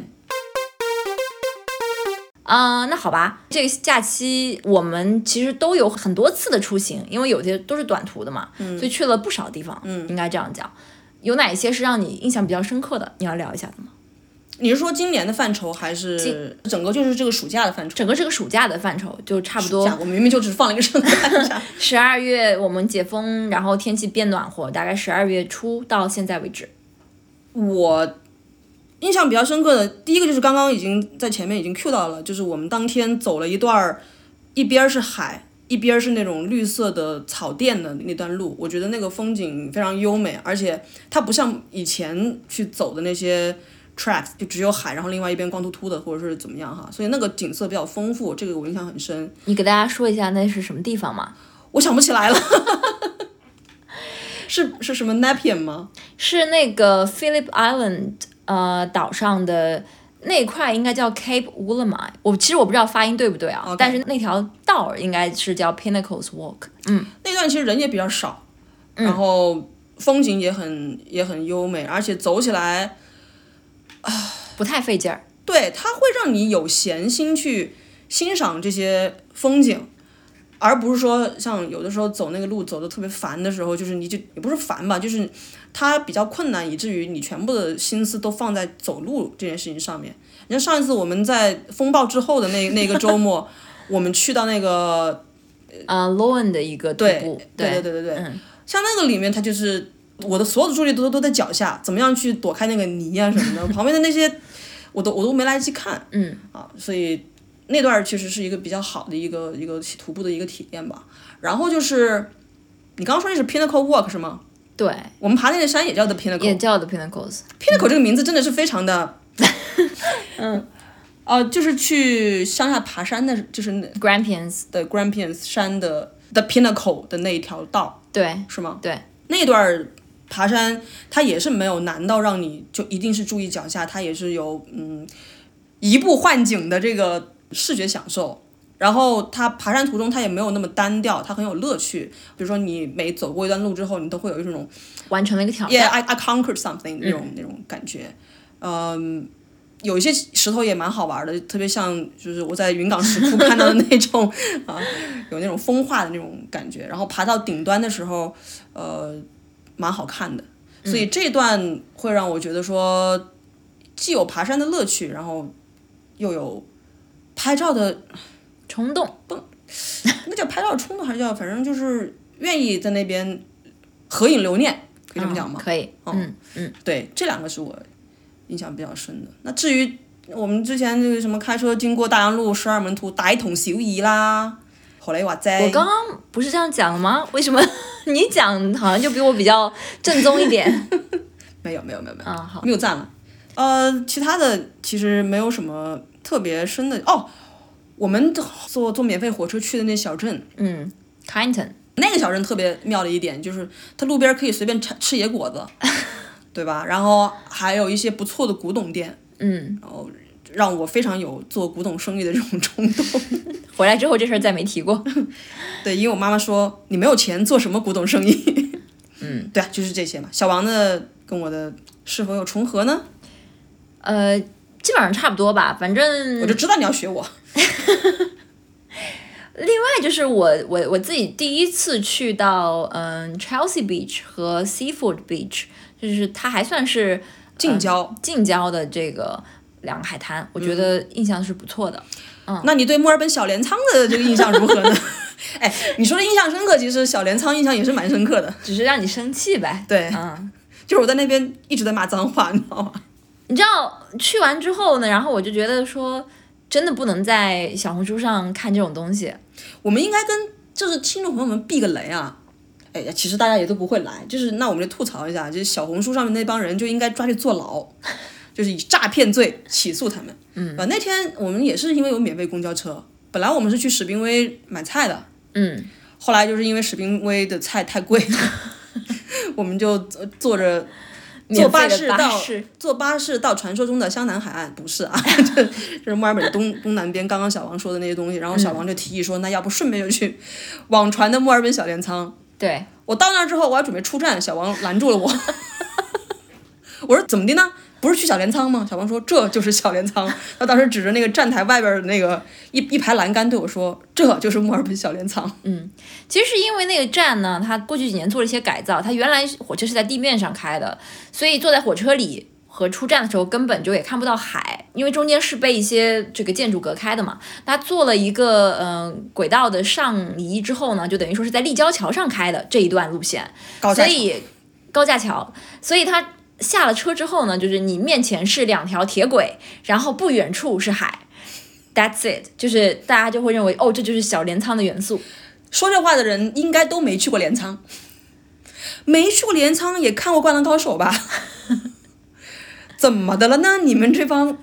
[SPEAKER 1] 啊、嗯那好吧，这个假期我们其实都有很多次的出行，因为有些都是短途的嘛，所以去了不少地方，应该这样讲。有哪些是让你印象比较深刻的？你要聊一下的吗？
[SPEAKER 2] 你是说今年的范畴，还是整个就是这个暑假的范畴？
[SPEAKER 1] 整个这个暑假的范畴就差不
[SPEAKER 2] 假
[SPEAKER 1] 多，
[SPEAKER 2] 我明明就只放了一个圣诞假，
[SPEAKER 1] 十二月我们解封，然后天气变暖和，大概十二月初到现在为止。
[SPEAKER 2] 我印象比较深刻的第一个就是刚刚已经在前面已经 Q 到了，就是我们当天走了一段儿，一边儿是海，一边儿是那种绿色的草甸的那段路，我觉得那个风景非常优美，而且它不像以前去走的那些 tracks 就只有海，然后另外一边光秃秃的或者是怎么样哈，所以那个景色比较丰富，这个我印象很深，
[SPEAKER 1] 你给大家说一下那是什么地方吗？
[SPEAKER 2] 我想不起来了。 [laughs] 是是什么 Nepean 吗？
[SPEAKER 1] 是那个 Philip Island 呃岛上的那一块应该叫 Cape Woolamai，我其实我不知道发音对不对啊
[SPEAKER 2] OK
[SPEAKER 1] 但是那条道儿应该是叫 Pinnacles Walk。嗯，
[SPEAKER 2] 那段其实人也比较少，然后风景也很也很优美，而且走起来，
[SPEAKER 1] 不太费劲儿。
[SPEAKER 2] 对它会让你有闲心去欣赏这些风景，而不是说像有的时候走那个路走的特别烦的时候，就是你就也不是烦吧，就是它比较困难，以至于你全部的心思都放在走路这件事情上面。你像上一次我们在风暴之后的那那个周末， [laughs] 我们去到那个
[SPEAKER 1] 呃 l o w e n 的一个徒步，
[SPEAKER 2] 对对对
[SPEAKER 1] 嗯
[SPEAKER 2] 对对，像那个里面，它就是我的所有的注意力都都在脚下，怎么样去躲开那个泥啊什么 [laughs] 的，旁边的那些我都我都没来得及看，嗯啊，所以那段儿其实是一个比较好的一个一个徒步的一个体验吧。然后就是你刚刚说那是 Pinnacle Walk 是吗？
[SPEAKER 1] 对
[SPEAKER 2] 我们爬那个山也叫 The Pinnacle，
[SPEAKER 1] 也叫 The Pinnacles。
[SPEAKER 2] Pinnacle 这个名字真的是非常的， [laughs] 嗯，呃，就是去乡下爬山的，就是那
[SPEAKER 1] Grampians，
[SPEAKER 2] 的 Grampians 山的 The Pinnacle 的那一条道
[SPEAKER 1] 对
[SPEAKER 2] 是吗？
[SPEAKER 1] 对，
[SPEAKER 2] 那段儿爬山，它也是没有难到让你就一定是注意脚下，它也是有嗯移步换景的这个视觉享受。然后它爬山途中，它也没有那么单调，它很有乐趣。比如说，你每走过一段路之后，你都会有一种
[SPEAKER 1] 完成了一个挑战。
[SPEAKER 2] Yeah, I I conquered something 那种、那种感觉。嗯，有一些石头也蛮好玩的，特别像就是我在云冈石窟看到的那种啊，有那种风化的那种感觉。然后爬到顶端的时候，呃，蛮好看的。所以这段会让我觉得说，既有爬山的乐趣，然后又有拍照的
[SPEAKER 1] 冲动，
[SPEAKER 2] 那叫拍照冲动还是叫，反正就是愿意在那边合影留念，可以这么讲吗？哦
[SPEAKER 1] 嗯可以，嗯嗯，
[SPEAKER 2] 对，这两个是我印象比较深的。那至于我们之前那个什么开车经过大洋路十二门徒，大一桶小姨啦，后来哇哉，
[SPEAKER 1] 我刚刚不是这样讲的吗？为什么 [laughs] 你讲好像就比我比较正宗一点？ [laughs]
[SPEAKER 2] 没有没有没有没有，
[SPEAKER 1] 嗯，好，
[SPEAKER 2] 没有赞了。呃，其他的其实没有什么特别深的哦。我们坐坐免费火车去的那小镇，
[SPEAKER 1] 嗯，Kindton，
[SPEAKER 2] 那个小镇特别妙的一点就是，它路边可以随便吃吃野果子， [laughs] 对吧？然后还有一些不错的古董店，
[SPEAKER 1] 嗯，
[SPEAKER 2] 然后让我非常有做古董生意的这 [laughs] 种冲动。
[SPEAKER 1] 回来之后这事儿再没提过。
[SPEAKER 2] 对，因为我妈妈说你没有钱做什么古董生意。嗯， [laughs] 对啊，就是这些嘛。小王的跟我的是否有重合呢？
[SPEAKER 1] 呃，基本上差不多吧。反正
[SPEAKER 2] 我就知道你要学我。
[SPEAKER 1] 那就是我我我自己第一次去到嗯 Chelsea Beach 和 Seafood Beach，就是它还算是
[SPEAKER 2] 近郊。
[SPEAKER 1] 近郊的这个两个海滩，我觉得印象是不错的。
[SPEAKER 2] 那你对墨尔本小镰仓的这个印象如何呢？ [laughs] 哎，你说的印象深刻，其实小镰仓印象也是蛮深刻的。
[SPEAKER 1] 只是让你生气呗。
[SPEAKER 2] 对
[SPEAKER 1] 嗯，
[SPEAKER 2] 就是我在那边一直在骂脏话，你知道吗？
[SPEAKER 1] 你知道去完之后呢，然后我就觉得说，真的不能在小红书上看这种东西。
[SPEAKER 2] 我们应该跟就是听众朋友们避个雷啊。哎呀，其实大家也都不会来，就是那我们就吐槽一下，就是小红书上面那帮人就应该抓去坐牢， [laughs] 就是以诈骗罪起诉他们。嗯，啊，那天我们也是因为有免费公交车，本来我们是去史宾威买菜的，
[SPEAKER 1] 嗯，
[SPEAKER 2] 后来就是因为史宾威的菜太贵了，
[SPEAKER 1] [laughs]
[SPEAKER 2] 我们就坐坐着坐
[SPEAKER 1] 免费
[SPEAKER 2] 巴
[SPEAKER 1] 的
[SPEAKER 2] 士
[SPEAKER 1] 巴
[SPEAKER 2] 到
[SPEAKER 1] 士
[SPEAKER 2] 坐巴士到传说中的湘南海岸，不
[SPEAKER 1] [laughs]
[SPEAKER 2] 是啊，这这是墨尔本东东南边。刚刚小王说的那些东西，然后小王就提议说，那要不顺便就去网传的墨尔本小镰仓。
[SPEAKER 1] 对，
[SPEAKER 2] 我到那儿之后，我要准备出站，小王拦住
[SPEAKER 1] [laughs]
[SPEAKER 2] 了我，我说怎么的呢？不是去小镰仓吗？小王说这就是小镰仓，他当时指着那个站台外边的那个一一排栏杆对我说，这就是墨尔本小镰仓。
[SPEAKER 1] 其实是因为那个站呢，它过去几年做了一些改造，它原来火车是在地面上开的，所以坐在火车里和出站的时候根本就也看不到海，因为中间是被一些这个建筑隔开的嘛。它做了一个嗯、呃轨道的上移之后呢，就等于说是在立交桥上开的这一段路线，
[SPEAKER 2] 高架
[SPEAKER 1] 所
[SPEAKER 2] 桥
[SPEAKER 1] 以高架桥，所以它下了车之后呢，就是你面前是两条铁轨，然后不远处是海。That's it，就是大家就会认为哦，这就是小镰仓的元素。
[SPEAKER 2] 说这话的人应该都没去过镰仓，没去过镰仓也看过《灌篮高手》吧？怎么的了呢？你们这帮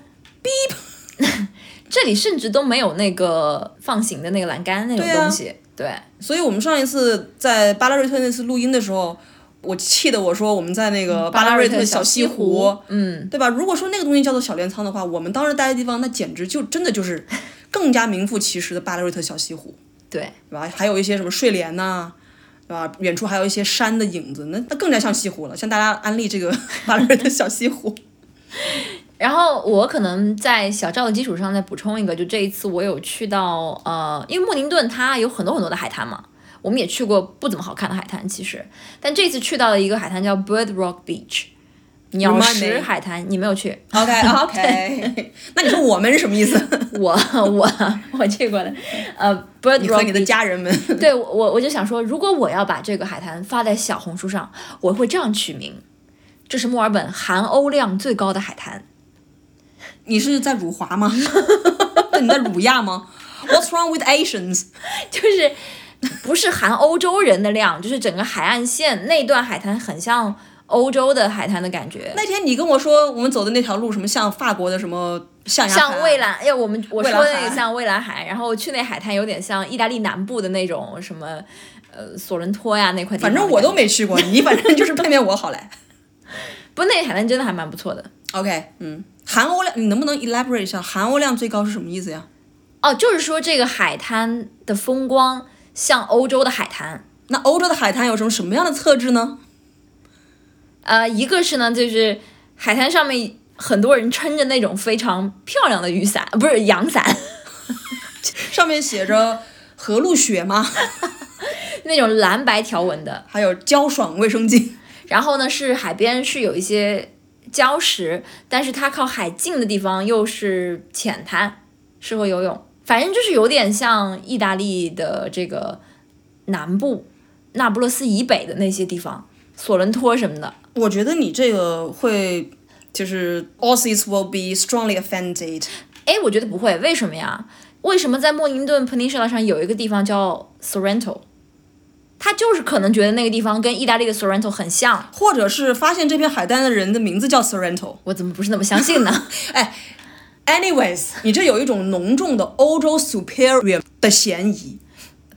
[SPEAKER 1] 这里甚至都没有那个放行的那个栏杆那种
[SPEAKER 2] 对啊
[SPEAKER 1] 东西。对,、
[SPEAKER 2] 所以我们上一次在巴拉瑞特那次录音的时候，我气得我说我们在那个巴拉嗯瑞特小西湖，
[SPEAKER 1] 嗯，
[SPEAKER 2] 对吧？如果说那个东西叫做小镰仓的话，我们当时待的地方那简直就真的就是更加名副其实的巴拉瑞特小西湖，
[SPEAKER 1] 对，
[SPEAKER 2] 对吧？还有一些什么睡莲呐、对吧？远处还有一些山的影子，那那更加像西湖了，向大家安利这个 [laughs] 巴拉瑞特小西湖。
[SPEAKER 1] 然后我可能在小赵的基础上再补充一个，就这一次我有去到呃，因为莫宁顿它有很多很多的海滩嘛，我们也去过不怎么好看的海滩其实，但这次去到了一个海滩叫 Bird Rock Beach，鸟
[SPEAKER 2] Remind
[SPEAKER 1] 石
[SPEAKER 2] me
[SPEAKER 1] 海滩，你没有去？
[SPEAKER 2] [laughs] [laughs] OK OK，那 [laughs] 你说我们是什么意思？
[SPEAKER 1] [laughs]
[SPEAKER 2] [laughs]
[SPEAKER 1] 我 [laughs] 我我去过的，呃，Bird
[SPEAKER 2] 你和
[SPEAKER 1] Rock
[SPEAKER 2] 你的
[SPEAKER 1] Beach
[SPEAKER 2] 家人 [laughs] 们，
[SPEAKER 1] 对我我我就想说，如果我要把这个海滩发在小红书上，我会这样取名：这是墨尔本含欧量最高的海滩。 [laughs]
[SPEAKER 2] 你是在辱华吗？ [laughs] 你在辱亚吗？What's wrong with Asians？
[SPEAKER 1] 就是不是含欧洲人的量，就是整个海岸线那段海滩很像欧洲的海滩的感觉，
[SPEAKER 2] 那天你跟我说我们走的那条路什么像法国的什么象牙海
[SPEAKER 1] 像
[SPEAKER 2] 岸
[SPEAKER 1] 蔚蓝。哎，我们我说的那个
[SPEAKER 2] 蔚蓝海
[SPEAKER 1] 像蔚蓝海，然后去那海滩有点像意大利南部的那种什么。呃，索伦托呀，那块地方
[SPEAKER 2] 反
[SPEAKER 1] 的感觉，
[SPEAKER 2] 正我都没去过， [laughs] 你反正就是骗骗我好嘞。
[SPEAKER 1] 不，那个海滩真的还蛮不错的。
[SPEAKER 2] OK，嗯，含欧量你能不能 elaborate 一下含欧量最高是什么意思呀？
[SPEAKER 1] 哦，就是说这个海滩的风光像欧洲的海滩，
[SPEAKER 2] 那欧洲的海滩有什么什么样的特质呢？
[SPEAKER 1] 呃，一个是呢，就是海滩上面很多人撑着那种非常漂亮的雨伞，呃不是阳伞， [laughs]
[SPEAKER 2] 上面写着和路雪吗？
[SPEAKER 1] 那种蓝白条纹的。
[SPEAKER 2] 还有娇爽卫生巾。
[SPEAKER 1] 然后呢，是海边是有一些礁石，但是它靠海近的地方又是浅滩，适合游泳。反正就是有点像意大利的这个南部，那不勒斯以北的那些地方，索伦托什么的。
[SPEAKER 2] 我觉得你这个会就是 Aussies will be strongly offended。
[SPEAKER 1] 哎，我觉得不会，为什么呀？为什么在莫宁顿 Peninsula 上有一个地方叫 Sorrento？他就是可能觉得那个地方跟意大利的 Sorrento 很像，
[SPEAKER 2] 或者是发现这片海滩的人的名字叫 Sorrento。
[SPEAKER 1] 我怎么不是那么相信呢？ [laughs]
[SPEAKER 2] Anyways，你这有一种浓重的欧洲 superior 的嫌疑。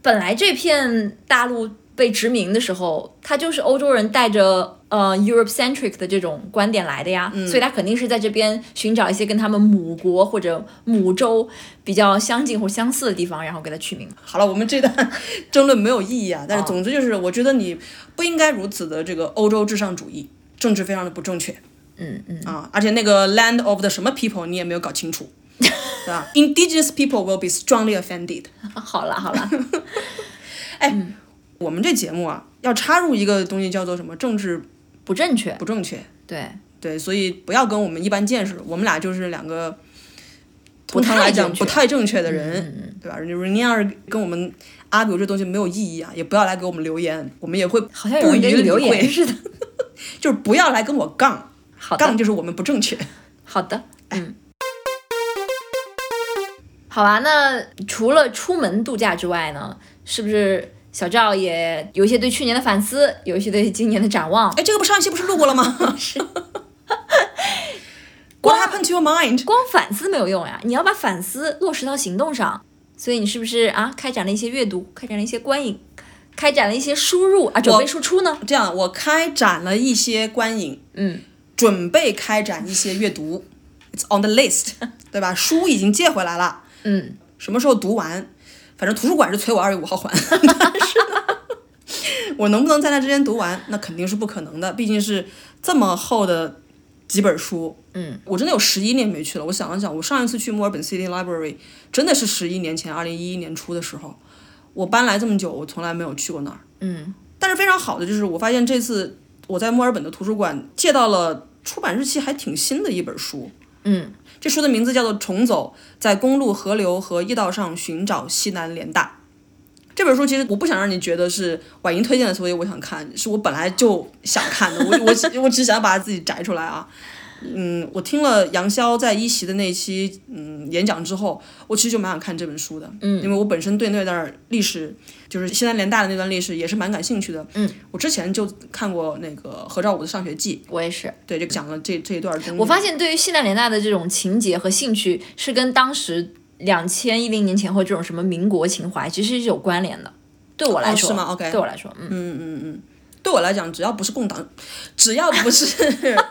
[SPEAKER 1] 本来这片大陆被殖民的时候，它就是欧洲人带着呃 Europe centric 的这种观点来的呀，
[SPEAKER 2] 嗯
[SPEAKER 1] 所以他肯定是在这边寻找一些跟他们母国或者母州比较相近或相似的地方，然后给它取名。 [laughs]
[SPEAKER 2] 好了，我们这段争论没有意义啊。但是总之就是，我觉得你不应该如此的这个欧洲至上主义，政治非常的不正确。嗯嗯啊，而且那个 land of the 什么 people 你也没有搞清 [laughs] 楚，对吧？Indigenous people will be strongly offended。
[SPEAKER 1] 好了好了，
[SPEAKER 2] 我们这节目啊，要插入一个东西叫做什么政治
[SPEAKER 1] 不正确，
[SPEAKER 2] 不正确。
[SPEAKER 1] 对
[SPEAKER 2] 对，所以不要跟我们一般见识，我们俩就是两个
[SPEAKER 1] 不
[SPEAKER 2] 通常
[SPEAKER 1] 太
[SPEAKER 2] 来讲
[SPEAKER 1] 正确嗯
[SPEAKER 2] 不太正确的人，对吧？如您要是跟我们 argue 这东西没有意义啊，也不要来给我们留言，我们也会
[SPEAKER 1] 好像有
[SPEAKER 2] 不
[SPEAKER 1] 人
[SPEAKER 2] 予
[SPEAKER 1] 给
[SPEAKER 2] 理
[SPEAKER 1] 你留言
[SPEAKER 2] 会，
[SPEAKER 1] 似的。
[SPEAKER 2] [laughs]
[SPEAKER 1] [laughs]
[SPEAKER 2] 就是不要来跟我杠，
[SPEAKER 1] 好的，
[SPEAKER 2] 杠就是我们不正确。哎
[SPEAKER 1] 好的，嗯。好吧，那除了出门度假之外呢，是不是小赵也有一些对去年的反思，有一些对今年的展望？
[SPEAKER 2] 哎，这个不上一期不是录过了吗？
[SPEAKER 1] [laughs]
[SPEAKER 2] 是。What happened to your mind？
[SPEAKER 1] 光反思没有用呀，你要把反思落实到行动上。所以你是不是啊，开展了一些阅读，开展了一些观影，开展了一些输入啊，准备输出呢？
[SPEAKER 2] 这样，我开展了一些观影，
[SPEAKER 1] 嗯，
[SPEAKER 2] 准备开展一些阅读，It's on the list，对吧？书已经借回来了，
[SPEAKER 1] 嗯，
[SPEAKER 2] 什么时候读完？反正图书馆是催我二月五号还， [laughs] 我能不能在那之前读完？那肯定是不可能的，毕竟是这么厚的几本书。
[SPEAKER 1] 嗯，
[SPEAKER 2] 我真的有十一年没去了。我想了想，我上一次去墨尔本 City Library 真的是十一年前，二零一一年初的时候。我搬来这么久，我从来没有去过那儿。
[SPEAKER 1] 嗯，
[SPEAKER 2] 但是非常好的就是，我发现这次我在墨尔本的图书馆借到了出版日期还挺新的一本书。
[SPEAKER 1] 嗯，
[SPEAKER 2] 这书的名字叫做《重走：在公路、河流和驿道上寻找西南联大》。这本书其实我不想让你觉得是婉莹推荐的，所以我想看，是我本来就想看的。我我只我只想把自己摘出来啊。嗯，我听了杨潇在一席的那一期嗯演讲之后，我其实就蛮想看这本书的，嗯，因为我本身对那段历史，就是西南联大的那段历史也是蛮感兴趣的，嗯，我之前就看过那个何兆武的《上学记
[SPEAKER 1] 我也是。》，
[SPEAKER 2] 对，就讲了这这一段东西。
[SPEAKER 1] 我发现对于西南联大的这种情节和兴趣，是跟当时两千一零年前后这种什么民国情怀，其实是有关联的。对我来
[SPEAKER 2] 哦
[SPEAKER 1] 说，
[SPEAKER 2] 是吗？OK
[SPEAKER 1] 对我来说，嗯，
[SPEAKER 2] 对我来讲，只要不是共党，只要不是 [laughs] beep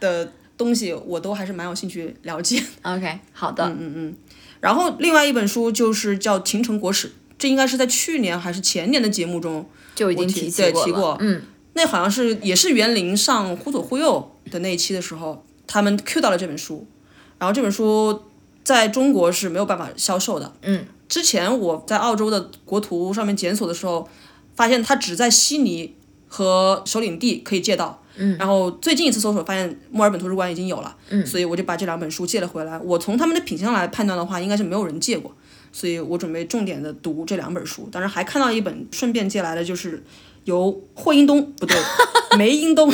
[SPEAKER 2] 的东西，我都还是蛮有兴趣了解。
[SPEAKER 1] OK，好的，
[SPEAKER 2] 嗯然后另外一本书就是叫《秦城国史》，这应该是在去年还是前年的节目中，
[SPEAKER 1] 就已经
[SPEAKER 2] 我提
[SPEAKER 1] 起
[SPEAKER 2] 对提
[SPEAKER 1] 过了
[SPEAKER 2] 过，
[SPEAKER 1] 嗯，
[SPEAKER 2] 那好像是也是园林上《忽左忽右》的那一期的时候，他们 cue 到了这本书，然后这本书在中国是没有办法销售的。
[SPEAKER 1] 嗯，
[SPEAKER 2] 之前我在澳洲的国图上面检索的时候，发现它只在悉尼和首领地可以借到。嗯，然后最近一次搜索发现墨尔本图书馆已经有了，嗯，所以我就把这两本书借了回来。我从他们的品相来判断的话，应该是没有人借过，所以我准备重点的读这两本书。当然还看到一本顺便借来的，就是由霍英东不对 [laughs] 梅英东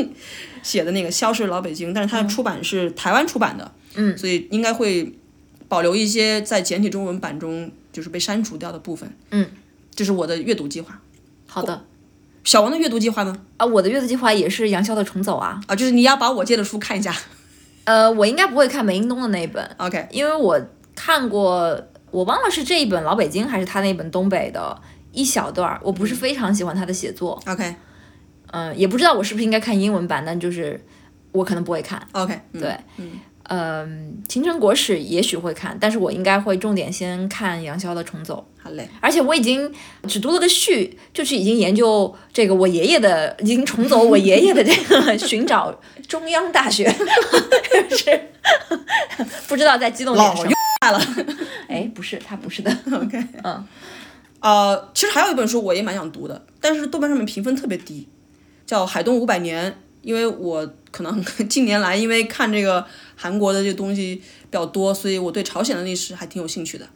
[SPEAKER 2] [laughs] 写的那个《消失老北京》，但是
[SPEAKER 1] 嗯
[SPEAKER 2] 它的出版是台湾出版的，嗯，所以应该会保留一些在简体中文版中就是被删除掉的部分，
[SPEAKER 1] 嗯，
[SPEAKER 2] 这是我的阅读计划。
[SPEAKER 1] 好的。
[SPEAKER 2] 小王的阅读计划呢？
[SPEAKER 1] 啊，我的月子计划也是杨潇的重走啊。
[SPEAKER 2] 啊，就是你要把我借的书看一下。
[SPEAKER 1] 呃，我应该不会看梅英东的那一本，
[SPEAKER 2] OK，
[SPEAKER 1] 因为我看过，我忘了是这一本《老北京》还是他那本东北的一小段儿，我不
[SPEAKER 2] 嗯
[SPEAKER 1] 是非常喜欢他的写作，
[SPEAKER 2] OK
[SPEAKER 1] 嗯、也不知道我是不是应该看英文版，但就是我可能不会看。
[SPEAKER 2] OK，嗯、
[SPEAKER 1] 对，嗯，《秦城国史》也许会看，但是我应该会重点先看杨逍的重走，
[SPEAKER 2] 好嘞，
[SPEAKER 1] 而且我已经只读了个序，就是已经研究这个我爷爷的，已经重走我爷爷的这个寻找中央大学，是不知道在激动点
[SPEAKER 2] 老
[SPEAKER 1] 什
[SPEAKER 2] 又
[SPEAKER 1] 么？
[SPEAKER 2] 来了。
[SPEAKER 1] 哎，不是，他不是的，
[SPEAKER 2] OK，
[SPEAKER 1] 嗯，
[SPEAKER 2] 呃，其实还有一本书我也蛮想读的，但是豆瓣上面评分特别低，叫《海东五百年》，因为我可能 [laughs] 近年来因为看这个韩国的这东西比较多，所以我对朝鲜的历史还挺有兴趣的。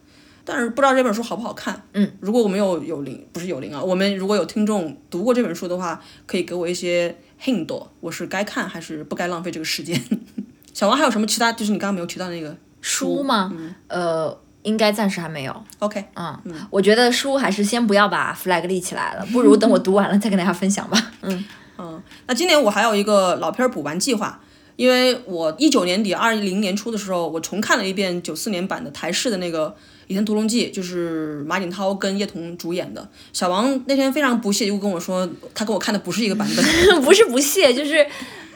[SPEAKER 2] 但是不知道这本书好不好看。嗯，如果我们有有灵不是有灵啊，我们如果有听众读过这本书的话，可以给我一些 hint，我是该看还是不该浪费这个时间。 [laughs] 小王还有什么其他？就是你刚刚没有提到那个
[SPEAKER 1] 书吗？呃，应该暂时还没有。
[SPEAKER 2] ？OK，
[SPEAKER 1] 嗯，我觉得书还是先不要把 flag 立起来了，不如等我读完了再跟大家分享吧。嗯，
[SPEAKER 2] 那今年我还有一个老片儿补完计划，因为我一九年底、二零年初的时候，我重看了一遍九四年版的台视的那个《倚天屠龙记》，就是马景涛跟叶童主演的。小王那天非常不屑地又跟我说，他跟我看的不是一个版本。 [laughs]
[SPEAKER 1] 不是不屑，就是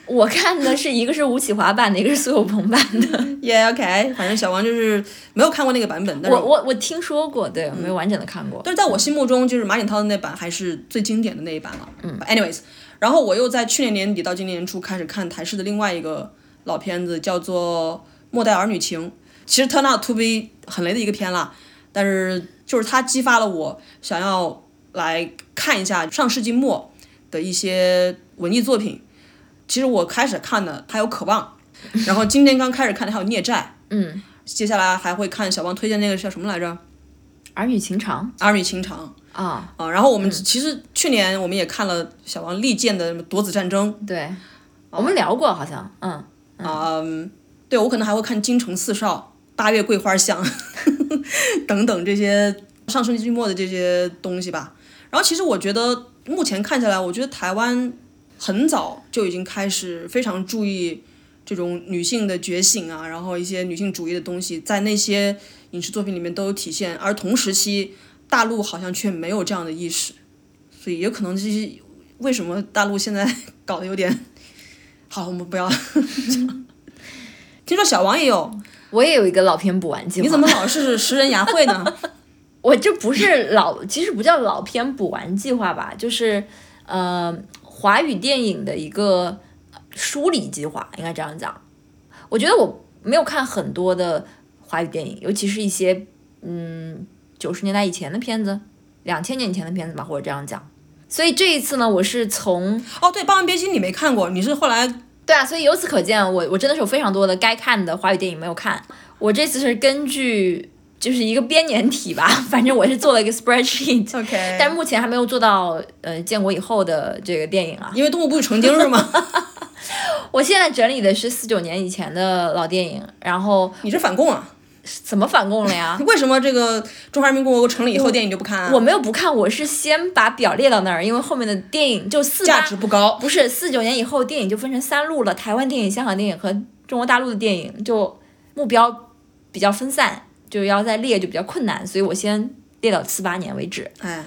[SPEAKER 1] 我看的是一个是吴启华版的，一个是苏有朋版的。 [laughs]
[SPEAKER 2] yeah OK，反正小王就是没有看过那个版本，但是
[SPEAKER 1] 我我我听说过，对，没有完整的看过。
[SPEAKER 2] 但是在我心目中，就是马景涛的那版还是最经典的那一版了。嗯，anyways，然后我又在去年年底到今年年初开始看台视的另外一个老片子，叫做《末代儿女情》，其实 turn out to be 很雷的一个片啦，但是就是它激发了我想要来看一下上世纪末的一些文艺作品。其实我开始看的还有《渴望》，然后今天刚开始看的还有《孽债》，
[SPEAKER 1] 嗯，
[SPEAKER 2] 接下来还会看小王推荐那个叫什么来着，《
[SPEAKER 1] 儿女情长
[SPEAKER 2] 阿米情长》
[SPEAKER 1] 啊，
[SPEAKER 2] 啊。然后我们其实去年我们也看了小王力荐的《夺子战争》
[SPEAKER 1] 对，我们聊过好像，嗯，
[SPEAKER 2] 啊、嗯对我可能还会看《京城四少》《八月桂花香》 [laughs] 等等这些上世纪末的这些东西吧。然后其实我觉得目前看下来，我觉得台湾很早就已经开始非常注意这种女性的觉醒啊，然后一些女性主义的东西在那些影视作品里面都有体现，而同时期大陆好像却没有这样的意识，所以也可能这些为什么大陆现在 [laughs] 搞得有点好，我们不要听说小王也有，
[SPEAKER 1] 我也有一个老偏补完计划。
[SPEAKER 2] 你怎么老是食人牙慧呢？
[SPEAKER 1] 我这不是老，其实不叫老片补完计划吧，就是呃华语电影的一个梳理计划，应该这样讲。我觉得我没有看很多的华语电影，尤其是一些嗯九十年代以前的片子，两千年以前的片子吧，或者这样讲。所以这一次呢，我是从
[SPEAKER 2] [laughs] 哦，对，《霸王别姬》你没看过，你是后
[SPEAKER 1] [laughs]
[SPEAKER 2] 来
[SPEAKER 1] 对啊，所以由此可见，我我真的是有非常多的该看的华语电影没有看。我这次是根据就是一个编年体吧， [laughs] 反正我是做了一个 spreadsheet，
[SPEAKER 2] OK，
[SPEAKER 1] 但目前还没有做到呃建国以后的这个电影啊。
[SPEAKER 2] 因为动物不语成精是
[SPEAKER 1] [laughs]
[SPEAKER 2] 吗？
[SPEAKER 1] 我现在整理的是四九年以前的老电影，然后
[SPEAKER 2] 你是反共啊？
[SPEAKER 1] 怎么反共了呀？ [laughs]
[SPEAKER 2] 为什么这个中华人民共和国成立以后电影就不看啊？
[SPEAKER 1] 我没有不看，我是先把表列到那儿，因为后面的电影就四
[SPEAKER 2] 价
[SPEAKER 1] 八
[SPEAKER 2] 值不高。
[SPEAKER 1] 不是四九年以后电影就分成三路了，台湾电影、香港电影和中国大陆的电影就目标比较分散，就要再列就比较困难，所以我先列到四八年为止。
[SPEAKER 2] 哎，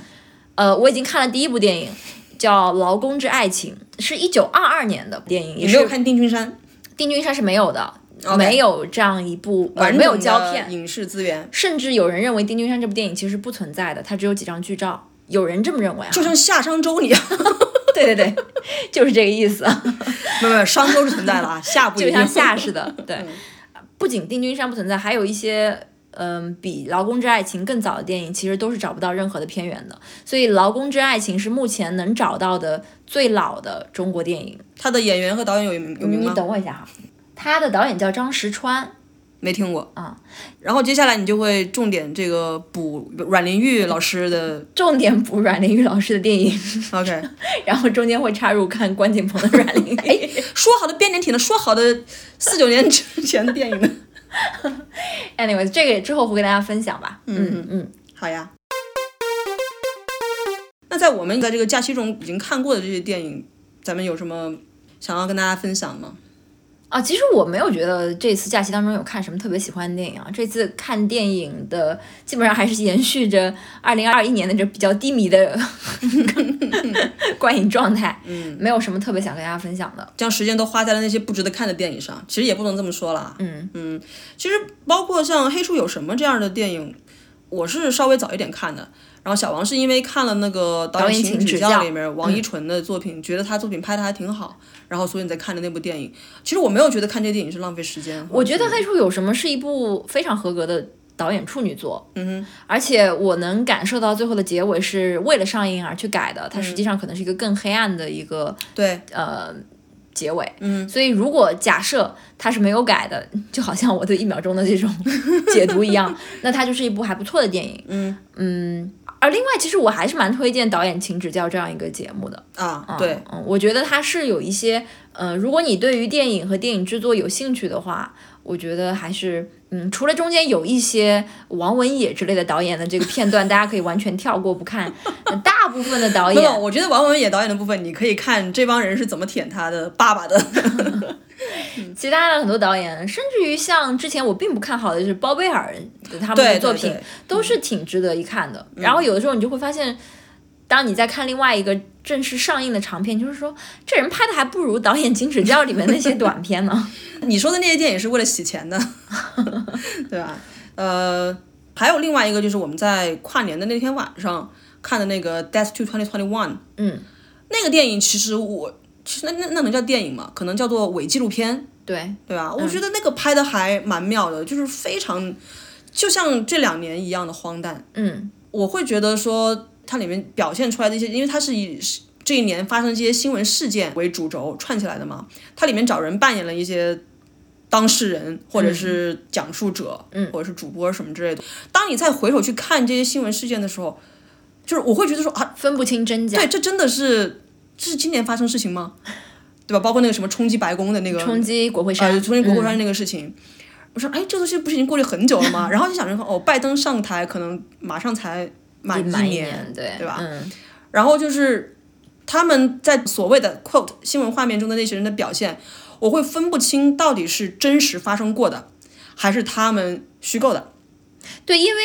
[SPEAKER 1] 呃，我已经看了第一部电影，叫《劳工之爱情》，是一九二二年的电影，
[SPEAKER 2] 你
[SPEAKER 1] 也
[SPEAKER 2] 没
[SPEAKER 1] 是
[SPEAKER 2] 有看《定军山
[SPEAKER 1] 定军山是没有的
[SPEAKER 2] OK
[SPEAKER 1] 没有这样一部》呃
[SPEAKER 2] 完整
[SPEAKER 1] 没
[SPEAKER 2] 的
[SPEAKER 1] 有胶片，
[SPEAKER 2] 影视资源，
[SPEAKER 1] 甚至有人认为定军山这部电影其实不存在的，它只有几张剧照，有人这么认
[SPEAKER 2] [laughs]
[SPEAKER 1] 为啊？
[SPEAKER 2] 就像夏商周一样， [laughs]
[SPEAKER 1] 对对对， [laughs] 就是这个意思，啊
[SPEAKER 2] 没有没有，商周是存在的啊，夏 [laughs] 不一嗯
[SPEAKER 1] 就
[SPEAKER 2] 定
[SPEAKER 1] 像夏似的。对，不仅定军山不存在，还有一些。嗯，比《劳工之爱情》更早的电影其实都是找不到任何的片源的，所以《劳工之爱情》是目前能找到的最老的中国电影。
[SPEAKER 2] 他的演员和导演有有名
[SPEAKER 1] 你
[SPEAKER 2] 吗？
[SPEAKER 1] 等我一下哈，他的导演叫张石川，
[SPEAKER 2] 没听过
[SPEAKER 1] 啊。
[SPEAKER 2] 然后接下来你就会重点这个补阮玲玉老
[SPEAKER 1] [laughs]
[SPEAKER 2] 师的
[SPEAKER 1] 重点补阮玲玉老师的电影，
[SPEAKER 2] OK。
[SPEAKER 1] 然后中间会插入看关锦鹏 [laughs] 的阮玲玉。
[SPEAKER 2] 说好的编年体呢？说好的四九年之前的电影呢？
[SPEAKER 1] 哎 Anyways，这个之后会跟大家分享吧。嗯嗯，
[SPEAKER 2] 好呀。那在我们在这个假期中已经看过的这些电影，咱们有什么想要跟大家分享吗？
[SPEAKER 1] 啊，其实我没有觉得这次假期当中有看什么特别喜欢的电影啊。这次看电影的基本上还是延续着二零二一年的这比较低迷 [laughs] 的观影状态，嗯，没有什么特别想跟大家分享的。
[SPEAKER 2] 将时间都花在了那些不值得看的电影上，其实也不能这么说啦。
[SPEAKER 1] 嗯
[SPEAKER 2] 嗯，其实包括像《黑处有什么》这样的电影，我是稍微早一点看的。然后小王是因为看了那个导
[SPEAKER 1] 导演
[SPEAKER 2] 演
[SPEAKER 1] 请
[SPEAKER 2] 请
[SPEAKER 1] 指
[SPEAKER 2] 指
[SPEAKER 1] 教
[SPEAKER 2] 教里面王一淳的作品，觉得他作品拍的还挺好，然后所以你才看的那部电影。其实我没有觉得看这电影是浪费时间。
[SPEAKER 1] 我觉得《
[SPEAKER 2] 或者是
[SPEAKER 1] 黑处有什么》是一部非常合格的导演处女作，嗯哼，而且我能感受到最后的结尾是为了上映而去改的，它实际上可能是一个更黑暗的一个、
[SPEAKER 2] 对
[SPEAKER 1] 呃结尾，嗯，所以如果假设它是没有改的，就好像我对一秒钟的这种解读一样， [laughs] 那它就是一部还不错的电影，嗯嗯。而另外，其实我还是蛮推荐导演请指教这样一个节目的，
[SPEAKER 2] 啊，对，
[SPEAKER 1] 嗯，我觉得它是有一些，呃，如果你对于电影和电影制作有兴趣的话，我觉得还是，嗯，除了中间有一些王文野之类的导演的这个片段，大家可以完全跳过不看， [laughs] 呃大部分的导
[SPEAKER 2] [laughs] 没有，
[SPEAKER 1] 演。
[SPEAKER 2] 我觉得王文野导演的部分，你可以看这帮人是怎么舔他的爸爸的。
[SPEAKER 1] 其他的很多导演，甚至于像之前我并不看好的就是包贝尔的他们
[SPEAKER 2] 对
[SPEAKER 1] 的作品，
[SPEAKER 2] 对对
[SPEAKER 1] 都是挺值得一看的。然后有的时候你就会发现，当你在看另外一个正式上映的长片，就是说这人拍的还不如导演请指教里面那些短片呢。
[SPEAKER 2] 你说的那些电影是为了洗钱的，对吧？呃，还有另外一个就是我们在跨年的那天晚上看的那个《Death to 2021》，
[SPEAKER 1] 嗯，
[SPEAKER 2] 那个电影其实我其实那那那能叫电影吗？可能叫做伪纪录片，
[SPEAKER 1] 对，
[SPEAKER 2] 对吧？我觉得那个拍的还蛮妙的，就是非常就像这两年一样的荒诞。
[SPEAKER 1] 嗯
[SPEAKER 2] 我会觉得说它里面表现出来的一些，因为它是以这一年发生这些新闻事件为主轴串起来的嘛。它里面找人扮演了一些当事人，或者是讲述者，嗯，或者是主播什么之类的。当你再回首去看这些新闻事件的时候，就是我会觉得说啊，
[SPEAKER 1] 分不清真假
[SPEAKER 2] 对，，这真的是这是今年发生事情吗？对吧？包括那个什么冲击白宫的那个
[SPEAKER 1] 冲击国会山，
[SPEAKER 2] 呃，重新国会
[SPEAKER 1] 嗯
[SPEAKER 2] 山那个事情，我说哎，这东西不是已经过去很久
[SPEAKER 1] [laughs]
[SPEAKER 2] 了吗？然后就想着说，哦，拜登上台可能马上才满
[SPEAKER 1] 满一
[SPEAKER 2] 年，
[SPEAKER 1] 年，对
[SPEAKER 2] 对吧？
[SPEAKER 1] 嗯，
[SPEAKER 2] 然后就是他们在所谓的 quote 新闻画面中的那些人的表现，我会分不清到底是真实发生过的，还是他们虚构的，
[SPEAKER 1] 对，因为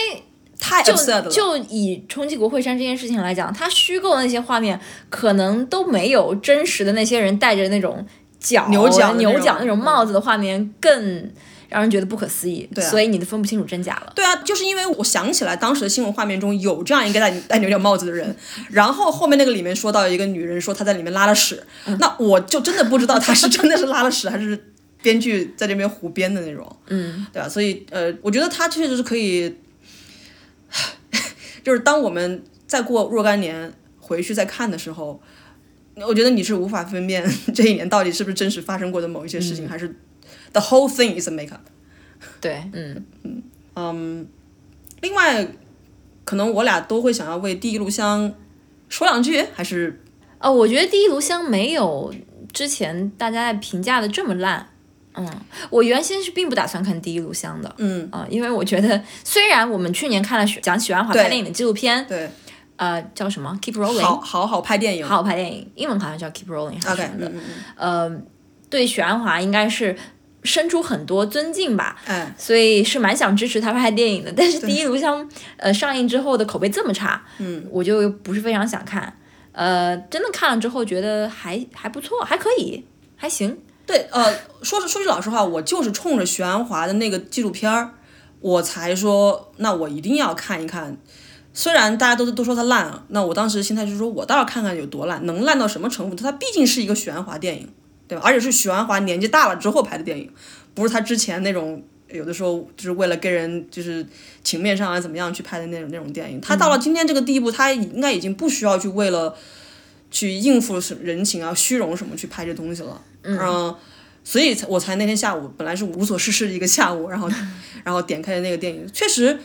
[SPEAKER 2] 太 absurd
[SPEAKER 1] 就就
[SPEAKER 2] 了。
[SPEAKER 1] 以冲击国会山这件事情来讲，他虚构的那些画面可能都没有真实的那些人戴着那种角
[SPEAKER 2] 牛角的那
[SPEAKER 1] 牛
[SPEAKER 2] 种
[SPEAKER 1] 角那种帽子的画面更让人觉得不可思议，
[SPEAKER 2] 对啊
[SPEAKER 1] 所以你都分不清楚真假
[SPEAKER 2] [laughs]
[SPEAKER 1] 了。
[SPEAKER 2] 对啊，就是因为我想起来当时的新闻画面中有这样一个戴戴牛角帽子的人，然后后面那个里面说到一个女人说她在里面拉了屎，那我就真的不知道她是真的是拉了屎还是编剧在这边胡编的那种，嗯，对吧、所以呃，我觉得他确实是可以， [laughs] 就是当我们再过若干年回去再看的时候，我觉得你是无法分辨 [laughs] 这一年到底是不是真实发生过的某一些事情，还是 the whole thing is a make up。
[SPEAKER 1] 对，嗯，
[SPEAKER 2] 另外，可能我俩都会想要为第一炉香说两句，还是
[SPEAKER 1] 哦，我觉得第一炉香没有之前大家在评价的这么烂。嗯，我原先是并不打算看第一炉香的。
[SPEAKER 2] 嗯
[SPEAKER 1] 啊、因为我觉得虽然我们去年看了许讲许鞍华
[SPEAKER 2] 对
[SPEAKER 1] 拍电影的纪录片，
[SPEAKER 2] 对，
[SPEAKER 1] 呃，叫什么 Keep Rolling，
[SPEAKER 2] 好好好拍电影。
[SPEAKER 1] 好好拍电影，英文好像叫 Keep Rolling 还是
[SPEAKER 2] OK，
[SPEAKER 1] 什么
[SPEAKER 2] 嗯
[SPEAKER 1] 的。
[SPEAKER 2] 嗯嗯，
[SPEAKER 1] 呃，对许鞍华应该是伸出很多尊敬吧，
[SPEAKER 2] 哎，
[SPEAKER 1] 所以是蛮想支持他拍电影的。但是《第一炉香》呃上映之后的口碑这么差，嗯，我就不是非常想看。呃，真的看了之后觉得还还不错，还可以，还行。
[SPEAKER 2] 对，呃，说说句老实话，我就是冲着许鞍华的那个纪录片儿，我才说那我一定要看一看。虽然大家都都说它烂啊，那我当时心态就是说我倒要看看有多烂，能烂到什么程度？它毕竟是一个许鞍华电影，对吧？而且是许鞍华年纪大了之后拍的电影，不是他之前那种有的时候就是为了跟人就是情面上啊怎么样去拍的那种那种电影。他到了今天这个地步，他应该已经不需要去为了去应付什么人情啊、虚荣什么去拍这东西了。嗯、所以才我才那天下午本来是无所事事的一个下午，然后然后点开的那个电影，确实，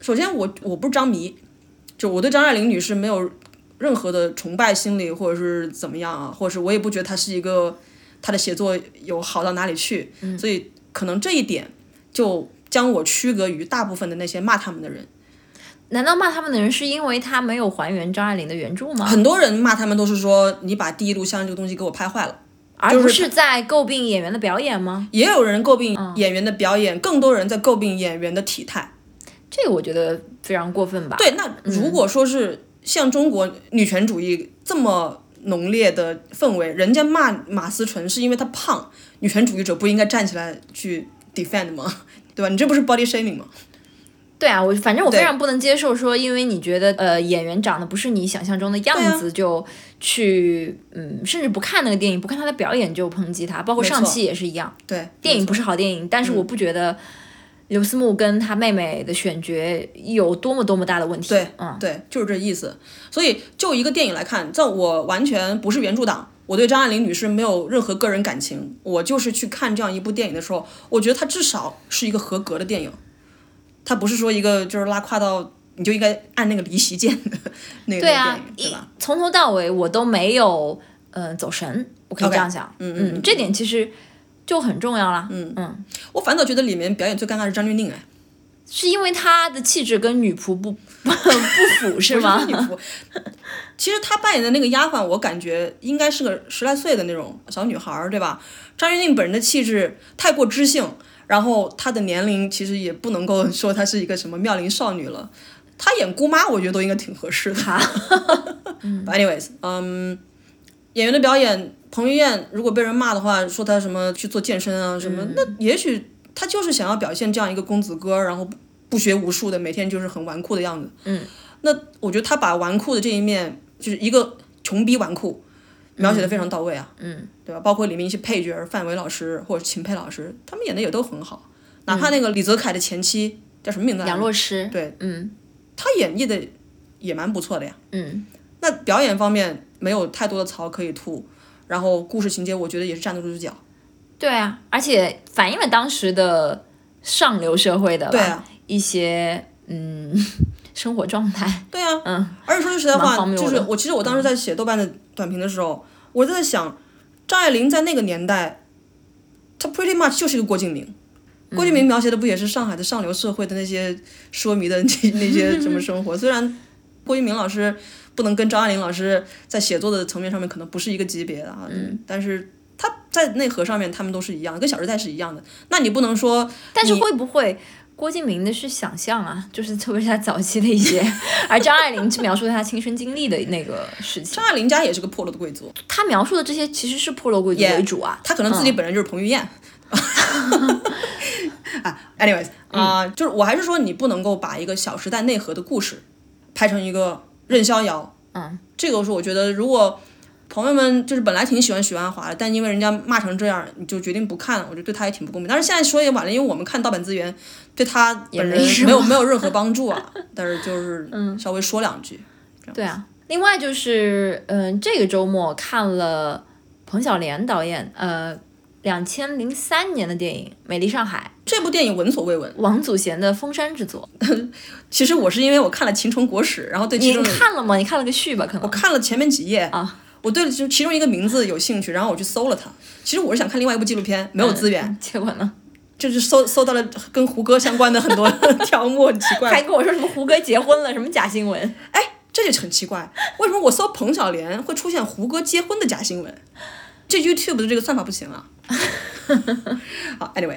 [SPEAKER 2] 首先我我不是张迷，就我对张爱玲女士没有任何的崇拜心理，或者是怎么样啊，或者是我也不觉得她是一个她的写作有好到哪里去，所以可能这一点就将我区隔于大部分的那些骂他们的人。
[SPEAKER 1] 难道骂他们的人是因为他没有还原张爱玲的原著吗？
[SPEAKER 2] 很多人骂他们都是说你把第一录像这个东西给我拍坏了。
[SPEAKER 1] 而
[SPEAKER 2] 就是
[SPEAKER 1] 不是在诟病演员的表演吗？
[SPEAKER 2] 也有人诟病演员的表演，更多人在诟病演员的体态。
[SPEAKER 1] 这个我觉得非常过分吧。
[SPEAKER 2] 对，那如果说是像中国女权主义这么浓烈的氛围，人家骂马思纯是因为她胖，女权主义者不应该站起来去 defend 吗？ [laughs] 对吧？你这不是 body shaming 吗？
[SPEAKER 1] 对啊，我反正我
[SPEAKER 2] 对
[SPEAKER 1] 非常不能接受说，因为你觉得呃演员长得不是你想象中的
[SPEAKER 2] 啊
[SPEAKER 1] 样子，就去嗯，甚至不看那个电影，不看他的表演就抨击他，包括
[SPEAKER 2] 没错
[SPEAKER 1] 上期也是一样。
[SPEAKER 2] 对，嗯
[SPEAKER 1] 电影不是好电影，但是我不觉得刘思慕跟他妹妹的选角有多么多么大的问题。
[SPEAKER 2] 对，
[SPEAKER 1] 嗯，
[SPEAKER 2] 对，就是这意思。所以就一个电影来看，在我完全不是原著党，我对张爱玲女士没有任何个人感情，我就是去看这样一部电影的时候，我觉得它至少是一个合格的电影，它不是说一个就是拉胯到你就应该按那个离席键的 [laughs] 那
[SPEAKER 1] 对
[SPEAKER 2] 个电影，
[SPEAKER 1] 啊，
[SPEAKER 2] 对
[SPEAKER 1] 一
[SPEAKER 2] 吧？
[SPEAKER 1] 从头到尾我都没有嗯、呃走神，我可以
[SPEAKER 2] OK，
[SPEAKER 1] 这样想。
[SPEAKER 2] 嗯嗯
[SPEAKER 1] 嗯这点其实就很重要啦。嗯嗯。
[SPEAKER 2] 我反倒觉得里面表演最尴尬是张钧甯，哎，
[SPEAKER 1] 是因为她的气质跟女仆不 [laughs] 不符是吗？
[SPEAKER 2] 不
[SPEAKER 1] [laughs]
[SPEAKER 2] 是女仆。其实她扮演的那个丫鬟，我感觉应该是个十来岁的那种小女孩儿，对吧？张钧甯本人的气质太过知性，然后她的年龄其实也不能够说她是一个什么妙龄少女了。她演姑妈，我觉得都应该挺合适的。But anyways，嗯，演员的表演，彭于晏如果被人骂的话，说他什么去做健身啊什么，那也许他就是想要表现这样一个公子哥，然后不不学无术的，每天就是很纨绔的样子。嗯，那我觉得他把纨绔的这一面，就是一个穷逼纨绔，描写的非常到位啊。嗯，对吧？包括里面一些配角，范伟老师或者秦沛老师，他们演的也都很好，哪怕那个李泽楷的前妻叫什么名字来着？啊
[SPEAKER 1] 杨洛诗，
[SPEAKER 2] 对，
[SPEAKER 1] 嗯
[SPEAKER 2] 他演绎的也蛮不错的呀。
[SPEAKER 1] 嗯，
[SPEAKER 2] 那表演方面没有太多的槽可以吐，然后故事情节我觉得也是站得住脚。
[SPEAKER 1] 对啊，而且反映了当时的上流社会的吧 [laughs]
[SPEAKER 2] 对啊，
[SPEAKER 1] 一些嗯 [laughs] 生活状态。
[SPEAKER 2] 对啊，
[SPEAKER 1] 嗯，
[SPEAKER 2] [laughs] 而且说句实在
[SPEAKER 1] 蛮
[SPEAKER 2] 话，
[SPEAKER 1] 荒谬
[SPEAKER 2] 就是
[SPEAKER 1] 的
[SPEAKER 2] 我其实我当时在写豆瓣的短评的时候，我在想，张爱玲在那个年代，她 pretty much 就是一个郭敬明。
[SPEAKER 1] 嗯
[SPEAKER 2] 郭敬明描写的不也是上海的上流社会的那些奢靡的那那些什么生活？虽 [laughs] 然郭敬明老师不能跟张爱玲老师在写作的层面上面可能不是一个级别的啊，
[SPEAKER 1] 嗯
[SPEAKER 2] 但是他在内核上面他们都是一样的，跟小时代是一样的。那你不能说
[SPEAKER 1] 但是会不会郭敬明的是想象啊？就是特别是他早期的一些，而张爱玲是描述她亲身经历的那个事情。
[SPEAKER 2] 张爱玲家也是个破落的贵族，
[SPEAKER 1] 她描述的这些其实是破落贵族
[SPEAKER 2] Yeah，
[SPEAKER 1] 为主啊。
[SPEAKER 2] 他可能自己本人就是彭于晏。 [laughs] 啊，anyways
[SPEAKER 1] 嗯
[SPEAKER 2] 啊、就是我还是说你不能够把一个《小时代》内核的故事拍成一个任逍遥。嗯，这个是我觉得，如果朋友们就是本来挺喜欢许鞍华的，但因为人家骂成这样，你就决定不看，我觉得对他也挺不公平。但是现在说也晚了，因为我们看盗版资源对他本人
[SPEAKER 1] 也没什么嗯
[SPEAKER 2] 没有 [laughs] 没有任何帮助啊。但是就是稍微说两句。
[SPEAKER 1] 对啊，另外就是，嗯、这个周末看了彭晓莲导演，呃，两千零三年的电影《美丽上海
[SPEAKER 2] 这部电影闻所未闻》，，
[SPEAKER 1] 王祖贤的《封山之作》。
[SPEAKER 2] 其实我是因为我看了《秦城国史》，然后对其
[SPEAKER 1] 你
[SPEAKER 2] 中
[SPEAKER 1] 看了吗？你看了个序吧？可能
[SPEAKER 2] 我看了前面几页
[SPEAKER 1] 啊，
[SPEAKER 2] 我对就其中一个名字有兴趣，然后我去搜了它。其实我是想看另外一部纪录片，没有资源，
[SPEAKER 1] 嗯结果呢？
[SPEAKER 2] 就是搜搜到了跟胡歌相关的很多 [laughs] 条目，很奇
[SPEAKER 1] 还
[SPEAKER 2] 怪。
[SPEAKER 1] 跟我说什么胡歌结婚了，什么假新闻？
[SPEAKER 2] 哎， [laughs] 这就很奇怪，为什么我搜彭小莲会出现胡歌结婚的假新闻？这 YouTube 的这个算法不行啊。好，anyway。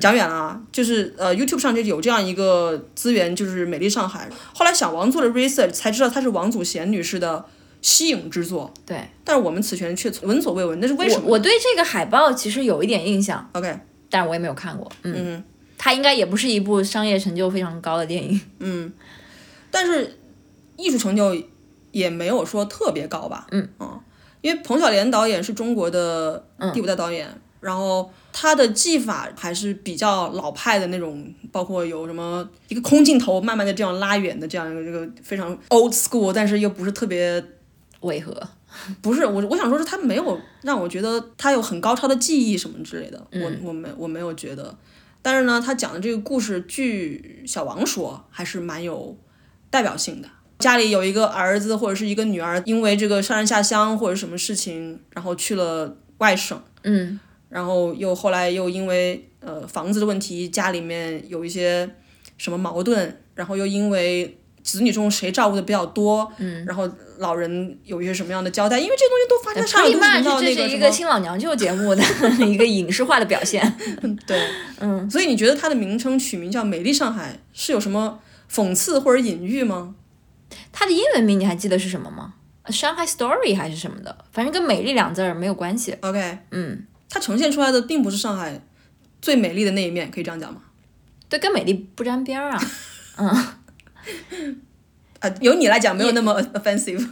[SPEAKER 2] 讲
[SPEAKER 1] 嗯
[SPEAKER 2] 远了啊，就是呃，YouTube 上就有这样一个资源，就是《美丽上海》。后来小王做了 research，才知道它是王祖贤女士的息影之作，
[SPEAKER 1] 对
[SPEAKER 2] 但是我们此前却闻所未闻，那是为什么呢？
[SPEAKER 1] 我我对这个海报其实有一点印象，
[SPEAKER 2] OK，
[SPEAKER 1] 但我也没有看过。嗯，它应该也不是一部商业成就非常高的电影。 [laughs]
[SPEAKER 2] 但是艺术成就也没有说特别高吧。嗯因为彭晓莲导演是中国的第五代导演，然后他的技法还是比较老派的那种，包括有什么一个空镜头慢慢的这样拉远的这样一个这个非常 old school，但是又不是特别
[SPEAKER 1] 为何？
[SPEAKER 2] 不是我，我想说是他没有让我觉得他有很高超的技艺什么之类的，我我没我没有觉得。但是呢，他讲的这个故事，据小王说还是蛮有代表性的。家里有一个儿子或者是一个女儿，因为这个上山下乡或者什么事情，然后去了外省，
[SPEAKER 1] 嗯，
[SPEAKER 2] 然后又后来又因为呃房子的问题，家里面有一些什么矛盾，然后又因为子女中谁照顾的比较多，嗯，然后老人有一些什么样的交代，因为这东西都发生在上海，
[SPEAKER 1] pretty
[SPEAKER 2] 都传
[SPEAKER 1] much
[SPEAKER 2] 到那
[SPEAKER 1] 这是
[SPEAKER 2] 什
[SPEAKER 1] 一
[SPEAKER 2] 么
[SPEAKER 1] 个新老娘舅节目的 [laughs] 一个影视化的表现。
[SPEAKER 2] [laughs] 对，嗯，所以你觉得它的名称取名叫《美丽上海》是有什么讽刺或者隐喻吗？
[SPEAKER 1] 它的英文名你还记得是什么吗？A？Shanghai Story 还是什么的，反正跟“美丽”两字儿没有关系。
[SPEAKER 2] OK，
[SPEAKER 1] 嗯，
[SPEAKER 2] 它呈现出来的并不是上海最美丽的那一面，可以这样讲吗？
[SPEAKER 1] 对，跟美丽不沾边儿啊。
[SPEAKER 2] 啊，由你来讲没有那么 offensive，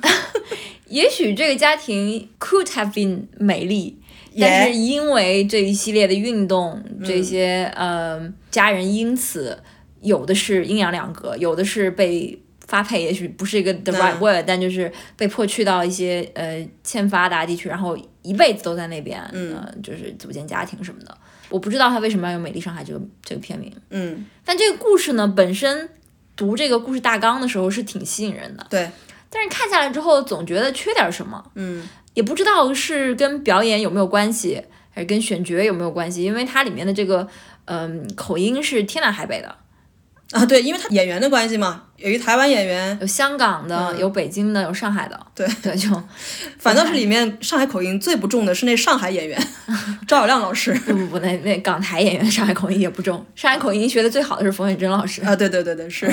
[SPEAKER 1] 也许这个家庭 could have been 美丽，但是因为这一系列的运动，这些呃家人因此有的是阴阳两隔，有的是被发配，也许不是一个 the
[SPEAKER 2] 嗯
[SPEAKER 1] right word，、但就是被迫去到一些呃欠发达地区，然后一辈子都在那边，嗯、就是组建家庭什么的。我不知道他为什么要用《美丽上海》这个这个片名，
[SPEAKER 2] 嗯，
[SPEAKER 1] 但这个故事呢本身读这个故事大纲的时候是挺吸引人的。
[SPEAKER 2] 对，
[SPEAKER 1] 但是看下来之后，总觉得缺点什么，
[SPEAKER 2] 嗯，
[SPEAKER 1] 也不知道是跟表演有没有关系，还是跟选角有没有关系，因为它里面的这个嗯口音是天南海北的，
[SPEAKER 2] 啊，对，因为他演员的关系嘛，有一台湾演员，
[SPEAKER 1] 有香港的，有北京的，有上海的，
[SPEAKER 2] 嗯对
[SPEAKER 1] [laughs] 对，就
[SPEAKER 2] 反倒是里面上海口音最不重的是那上海演员赵小亮老师
[SPEAKER 1] 不不不，那那港台演员上海口音也不重，上海口音学的最好的是冯远征老师，
[SPEAKER 2] 啊，对对对对是。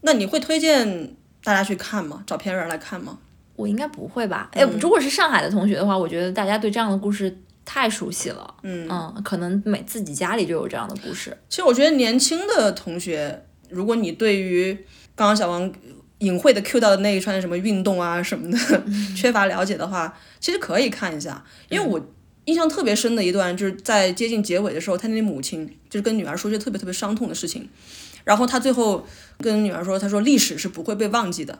[SPEAKER 2] 那你会推荐大家去看吗？找片人来看吗？
[SPEAKER 1] 我应该不会吧？哎，如果是上海的同学的话，我觉得大家对这样的故事太熟悉了，嗯可能每自己家里就有这样的故事，
[SPEAKER 2] 其实我觉得年轻的同学，如果你对于刚刚小王隐晦的 cue 到的那一串什么运动啊什么的 [laughs] 缺乏了解的话，其实可以看一下，因为我。印象特别深的一段，就是在接近结尾的时候，他那母亲就是跟女儿说一些特别特别伤痛的事情，然后他最后跟女儿说，他说历史是不会被忘记的，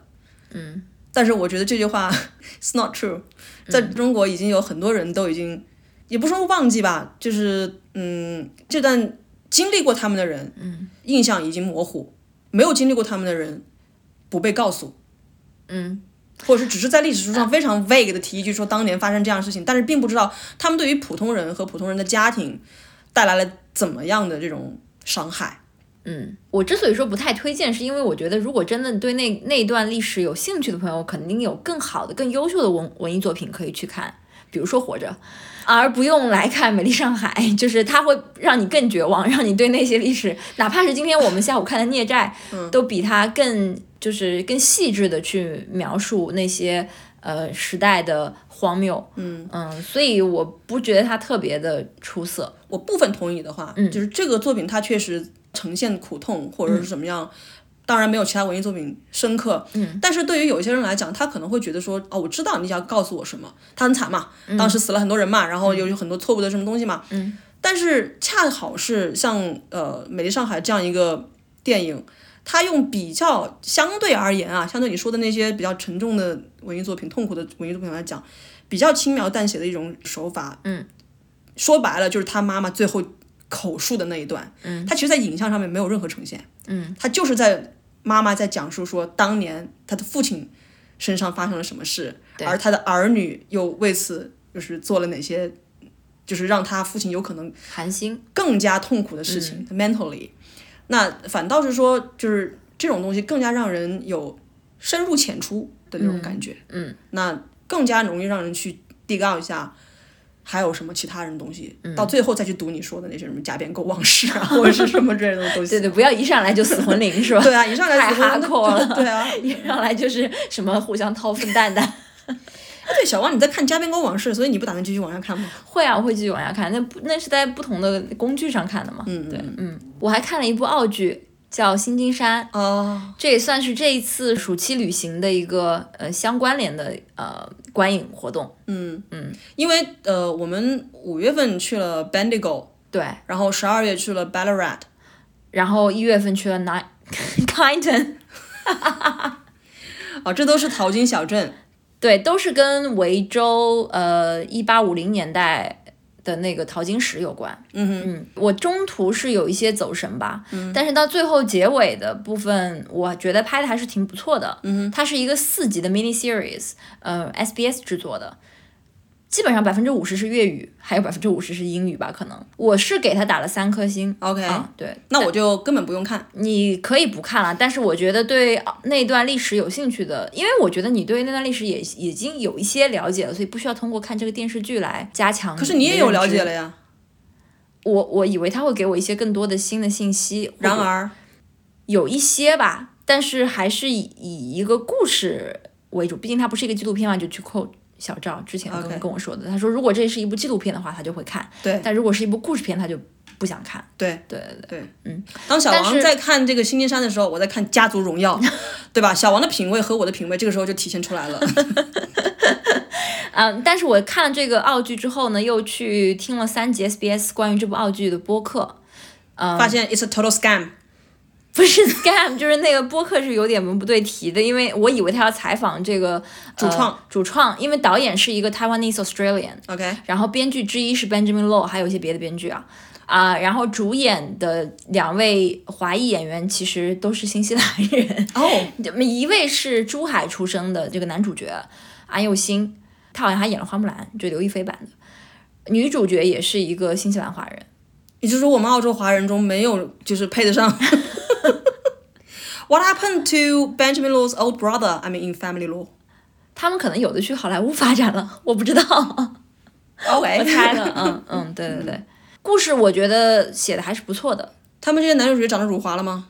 [SPEAKER 2] 嗯，但是我觉得这句话 [laughs] is not true，在中国已经有很多人都已经，也不说忘记吧，就是嗯，这段经历过他们的人，嗯，印象已经模糊，没有经历过他们的人不被告诉，嗯，或者是只是在历史书上非常 vague 的提一句说当年发生这样的事情，但是并不知道他们对于普通人和普通人的家庭带来了怎么样的这种伤害。
[SPEAKER 1] 我之所以说不太推荐，是因为我觉得如果真的对那那段历史有兴趣的朋友，肯定有更好的、更优秀的文文艺作品可以去看，比如说《活着》，而不用来看《美丽上海》，就是它会让你更绝望，让你对那些历史，哪怕是今天我们下午看的《孽 [laughs] 债》，都比它更就是更细致的去描述那些呃时代的荒谬。嗯所以我不觉得它特别的出色。
[SPEAKER 2] 我部分同意你的话，就是这个作品它确实呈现苦痛或者是怎么样，当然没有其他文艺作品深刻。嗯，但是对于有一些人来讲，他可能会觉得说，哦，我知道你想要告诉我什么，他很惨嘛，当时死了很多人嘛，然后有有很多错误的什么东西嘛。嗯，但是恰好是像呃《美丽上海》这样一个电影。它用比较相对而言啊，相对你说的那些比较沉重的文艺作品、痛苦的文艺作品来讲，比较轻描淡写的一种手法，说白了就是他妈妈最后口述的那一段，嗯，他其实，在影像上面没有任何呈现，嗯，他就是在妈妈在讲述说当年他的父亲身上发生了什么事，而他的儿女又为此就是做了哪些，就是让他父亲有可能
[SPEAKER 1] 韩星，
[SPEAKER 2] 更加痛苦的事情、m
[SPEAKER 1] 嗯
[SPEAKER 2] e n t a l l y 那反倒是说，就是这种东西更加让人有深入浅出的那种感觉，嗯，那更加容易让人去 dig out 一下。还有什么其他人东西，
[SPEAKER 1] 嗯
[SPEAKER 2] 到最后再去读你说的那些什么家变狗忘事
[SPEAKER 1] [laughs]
[SPEAKER 2] 啊，或者是什么之类的东西。
[SPEAKER 1] 对对，不要一上来就死魂 [laughs] 灵是吧？
[SPEAKER 2] 对啊，一上来
[SPEAKER 1] 太
[SPEAKER 2] 死魂
[SPEAKER 1] 哈
[SPEAKER 2] 灵
[SPEAKER 1] 扣了。
[SPEAKER 2] [laughs] 对啊，
[SPEAKER 1] 一上来就是什么互相掏粪蛋蛋。
[SPEAKER 2] 哎对，小王你在看《家变狗往事》，所以你不打算继续往下看吗？
[SPEAKER 1] [laughs] 会啊，我会继续往下看。那不那是在不同的工具上看的嘛？嗯，对，嗯，我还看了一部澳剧叫《新金山》，
[SPEAKER 2] 哦，
[SPEAKER 1] 这也算是这一次暑期旅行的一个呃相关联的呃观影活动。
[SPEAKER 2] 因为呃，我们五月份去了 Bendigo，
[SPEAKER 1] 对，
[SPEAKER 2] 然后十二月去了 Ballarat，
[SPEAKER 1] 然后一月份去了 [laughs] Nine Kyneton，
[SPEAKER 2] [laughs] 啊，这都是淘金小镇。
[SPEAKER 1] 对，都是跟维州呃一八五零年代的那个淘金石有关。
[SPEAKER 2] 嗯哼，嗯
[SPEAKER 1] 嗯，我中途是有一些走神吧，但是到最后结尾的部分，我觉得拍的还是挺不错的。嗯，它是一个四集的 mini series，呃，SBS 制作的，基本上百分之五十是粤语，还有百分之五十是英语吧，可能我是给它打了三颗星。
[SPEAKER 2] OK
[SPEAKER 1] 啊，对，
[SPEAKER 2] 那我就根本不用看。
[SPEAKER 1] 你可以不看了，但是我觉得对啊那段历史有兴趣的，因为我觉得你对那段历史也已经有一些了解了，所以不需要通过看这个电视剧来加强。
[SPEAKER 2] 可是你也有了解了
[SPEAKER 1] 呀。
[SPEAKER 2] 呀。
[SPEAKER 1] 我我以为他会给我一些更多的新的信息，或者
[SPEAKER 2] 然而，
[SPEAKER 1] 有一些吧，但是还是以以一个故事为主，毕竟它不是一个纪录片嘛，就去扣小赵之前跟
[SPEAKER 2] OK
[SPEAKER 1] 跟我说的，他说如果这是一部纪录片的话，他就会看，
[SPEAKER 2] 对
[SPEAKER 1] 但如果是一部故事片，他就不想看，
[SPEAKER 2] 对
[SPEAKER 1] 对对对，
[SPEAKER 2] 对，嗯，当小
[SPEAKER 1] 但
[SPEAKER 2] 王
[SPEAKER 1] 是
[SPEAKER 2] 在看这个《新金山》的时候，我在看《家族荣耀》， [laughs] 对吧？小王的品味和我的品味，这个时候就体现
[SPEAKER 1] [laughs]
[SPEAKER 2] 出来了。
[SPEAKER 1] 嗯，但是我看了这个澳剧之后呢，又去听了三集 SBS 关于这部澳剧的播客，
[SPEAKER 2] 发现 it's a total scam。
[SPEAKER 1] 不是 [laughs] scam，就是那个播客是有点文不对题的，因为我以为他要采访这个、主
[SPEAKER 2] 创
[SPEAKER 1] 主创，因为导演是一个 Taiwanese Australian，
[SPEAKER 2] OK，
[SPEAKER 1] 然后编剧之一是 Benjamin Low，还有一些别的编剧啊啊、然后主演的两位华裔演员其实都是新西兰人，
[SPEAKER 2] 哦，
[SPEAKER 1] 一位是珠海出生的这个男主角安宥鑫，他好像还演了花木兰，就刘亦菲版的，女主角也是一个新西兰华人。
[SPEAKER 2] 也就是说，我们澳洲华人中没有就是配得上。What happened to Benjamin Law's old brother? I mean, in family law.
[SPEAKER 1] 他们可能有的去好莱坞发展了，我不
[SPEAKER 2] [laughs]
[SPEAKER 1] 知道，
[SPEAKER 2] OK，
[SPEAKER 1] Oh，
[SPEAKER 2] [laughs]
[SPEAKER 1] 我猜了， [laughs] 嗯嗯，对对对，故事我觉得写的还是不错的，
[SPEAKER 2] 他们这些男女主角长得辱华了吗？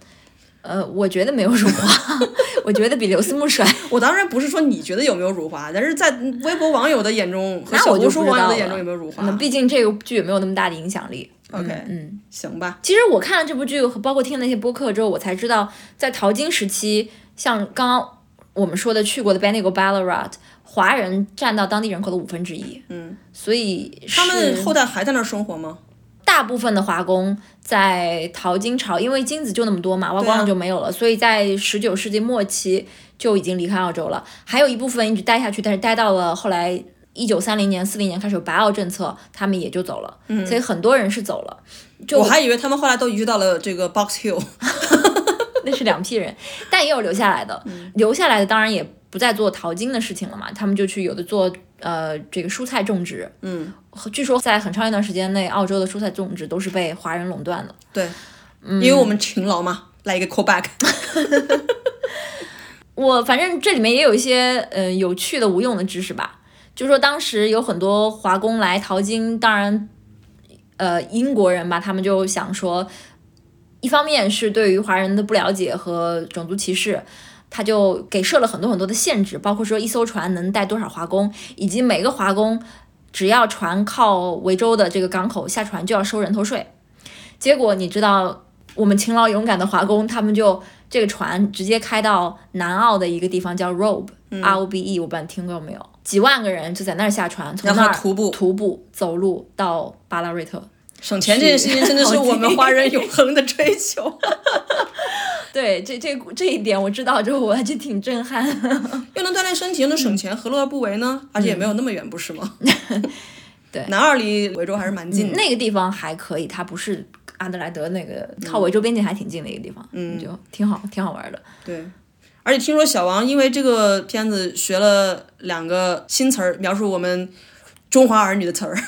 [SPEAKER 1] 呃，我觉得没有辱
[SPEAKER 2] [laughs]
[SPEAKER 1] 华，我觉得比刘思慕帅，
[SPEAKER 2] 我当然不是说你觉得有没有辱华，但是在微博网友的眼中和
[SPEAKER 1] 那
[SPEAKER 2] 小
[SPEAKER 1] 我
[SPEAKER 2] 红
[SPEAKER 1] 就
[SPEAKER 2] 书
[SPEAKER 1] 不知
[SPEAKER 2] 网友
[SPEAKER 1] 道
[SPEAKER 2] 的眼
[SPEAKER 1] 了嗯
[SPEAKER 2] 中有没有辱华
[SPEAKER 1] 那毕竟这个剧也没有那么大的影响力。
[SPEAKER 2] ？OK，
[SPEAKER 1] 嗯，
[SPEAKER 2] 行吧。
[SPEAKER 1] 其实我看了这部剧和包括听了那些播客之后，我才知道，在淘金时期，像刚刚我们说的去过的 Benigo Ballarat，华人占到当地人口的五分之一。嗯，所以
[SPEAKER 2] 他们
[SPEAKER 1] 是
[SPEAKER 2] 后代还在那儿生活吗？
[SPEAKER 1] 大部分的华工
[SPEAKER 2] 啊
[SPEAKER 1] 在淘金潮，因为金子就那么多嘛，挖光了就没有了，所以在十九世纪末期就已经离开澳洲了，还有一部分一直待下去，但是待到了后来一九三零年、四零年开始有白澳政策，他们也就走了，
[SPEAKER 2] 嗯
[SPEAKER 1] 所以很多人是走了，就
[SPEAKER 2] 我还以为他们后来都移居到了这个 Box Hill，
[SPEAKER 1] 那是两批人，但也有留下来的，留下来的当然也不再做淘金的事情了嘛，他们就去有的做呃这个蔬菜种植，
[SPEAKER 2] 嗯，
[SPEAKER 1] 据说在很长一段时间内，澳洲的蔬菜种植都是被华人垄断的。
[SPEAKER 2] 对，
[SPEAKER 1] 嗯
[SPEAKER 2] 因为我们勤劳嘛，来一个
[SPEAKER 1] [laughs]
[SPEAKER 2] callback，
[SPEAKER 1] 我反正这里面也有一些嗯、呃有趣的无用的知识吧，就说当时有很多华工来淘金，当然，呃，英国人吧，他们就想说，一方面是对于华人的不了解和种族歧视。他就给设了很多很多的限制，包括说一艘船能带多少华工，以及每个华工只要船靠维州的这个港口下船就要收人头税。结果你知道，我们勤劳勇敢的华工，他们就这个船直接开到南澳的一个地方叫
[SPEAKER 2] 嗯
[SPEAKER 1] Robe，R、O B E，我不知道你听过没有？几万个人就在那儿下船，从
[SPEAKER 2] 然
[SPEAKER 1] 那
[SPEAKER 2] 后
[SPEAKER 1] 儿
[SPEAKER 2] 徒步
[SPEAKER 1] 徒步走路到巴拉瑞特。
[SPEAKER 2] 省钱这件事情真的是我们华人永恒的追求，
[SPEAKER 1] 对，这这这一点我知道之后，我还真挺震撼。
[SPEAKER 2] [laughs] 又能锻炼身体，又能省钱，何乐而不为
[SPEAKER 1] 嗯
[SPEAKER 2] 呢？而且也没有那么远，不是
[SPEAKER 1] [laughs]
[SPEAKER 2] 吗？对，南二离维州还是蛮近的。
[SPEAKER 1] 那个地方还可以，它不是阿德莱德那个靠维州边境还挺近的一个地方，嗯，就挺好，挺好玩的。
[SPEAKER 2] 对，而且听说小王因为这个片子学了两个新词儿，描述我们中华儿女的词儿。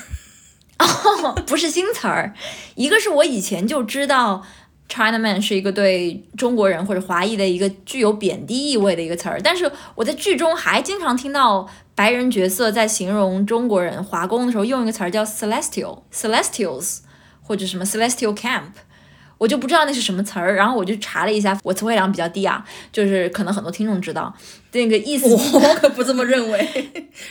[SPEAKER 1] 不是新词儿，一个是我以前就知道 China Man 是一个对中国人或者华裔的一个具有贬低意味的一个词儿，但是我在剧中还经常听到白人角色在形容中国人华工的时候用一个词儿叫 celestial、celestials 或者什么 celestial camp。我就不知道那是什么词儿，然后我就查了一下，我词汇量比较低啊，就是可能很多听众知道那个意思。
[SPEAKER 2] [laughs] 我可不这么认 [laughs] 为，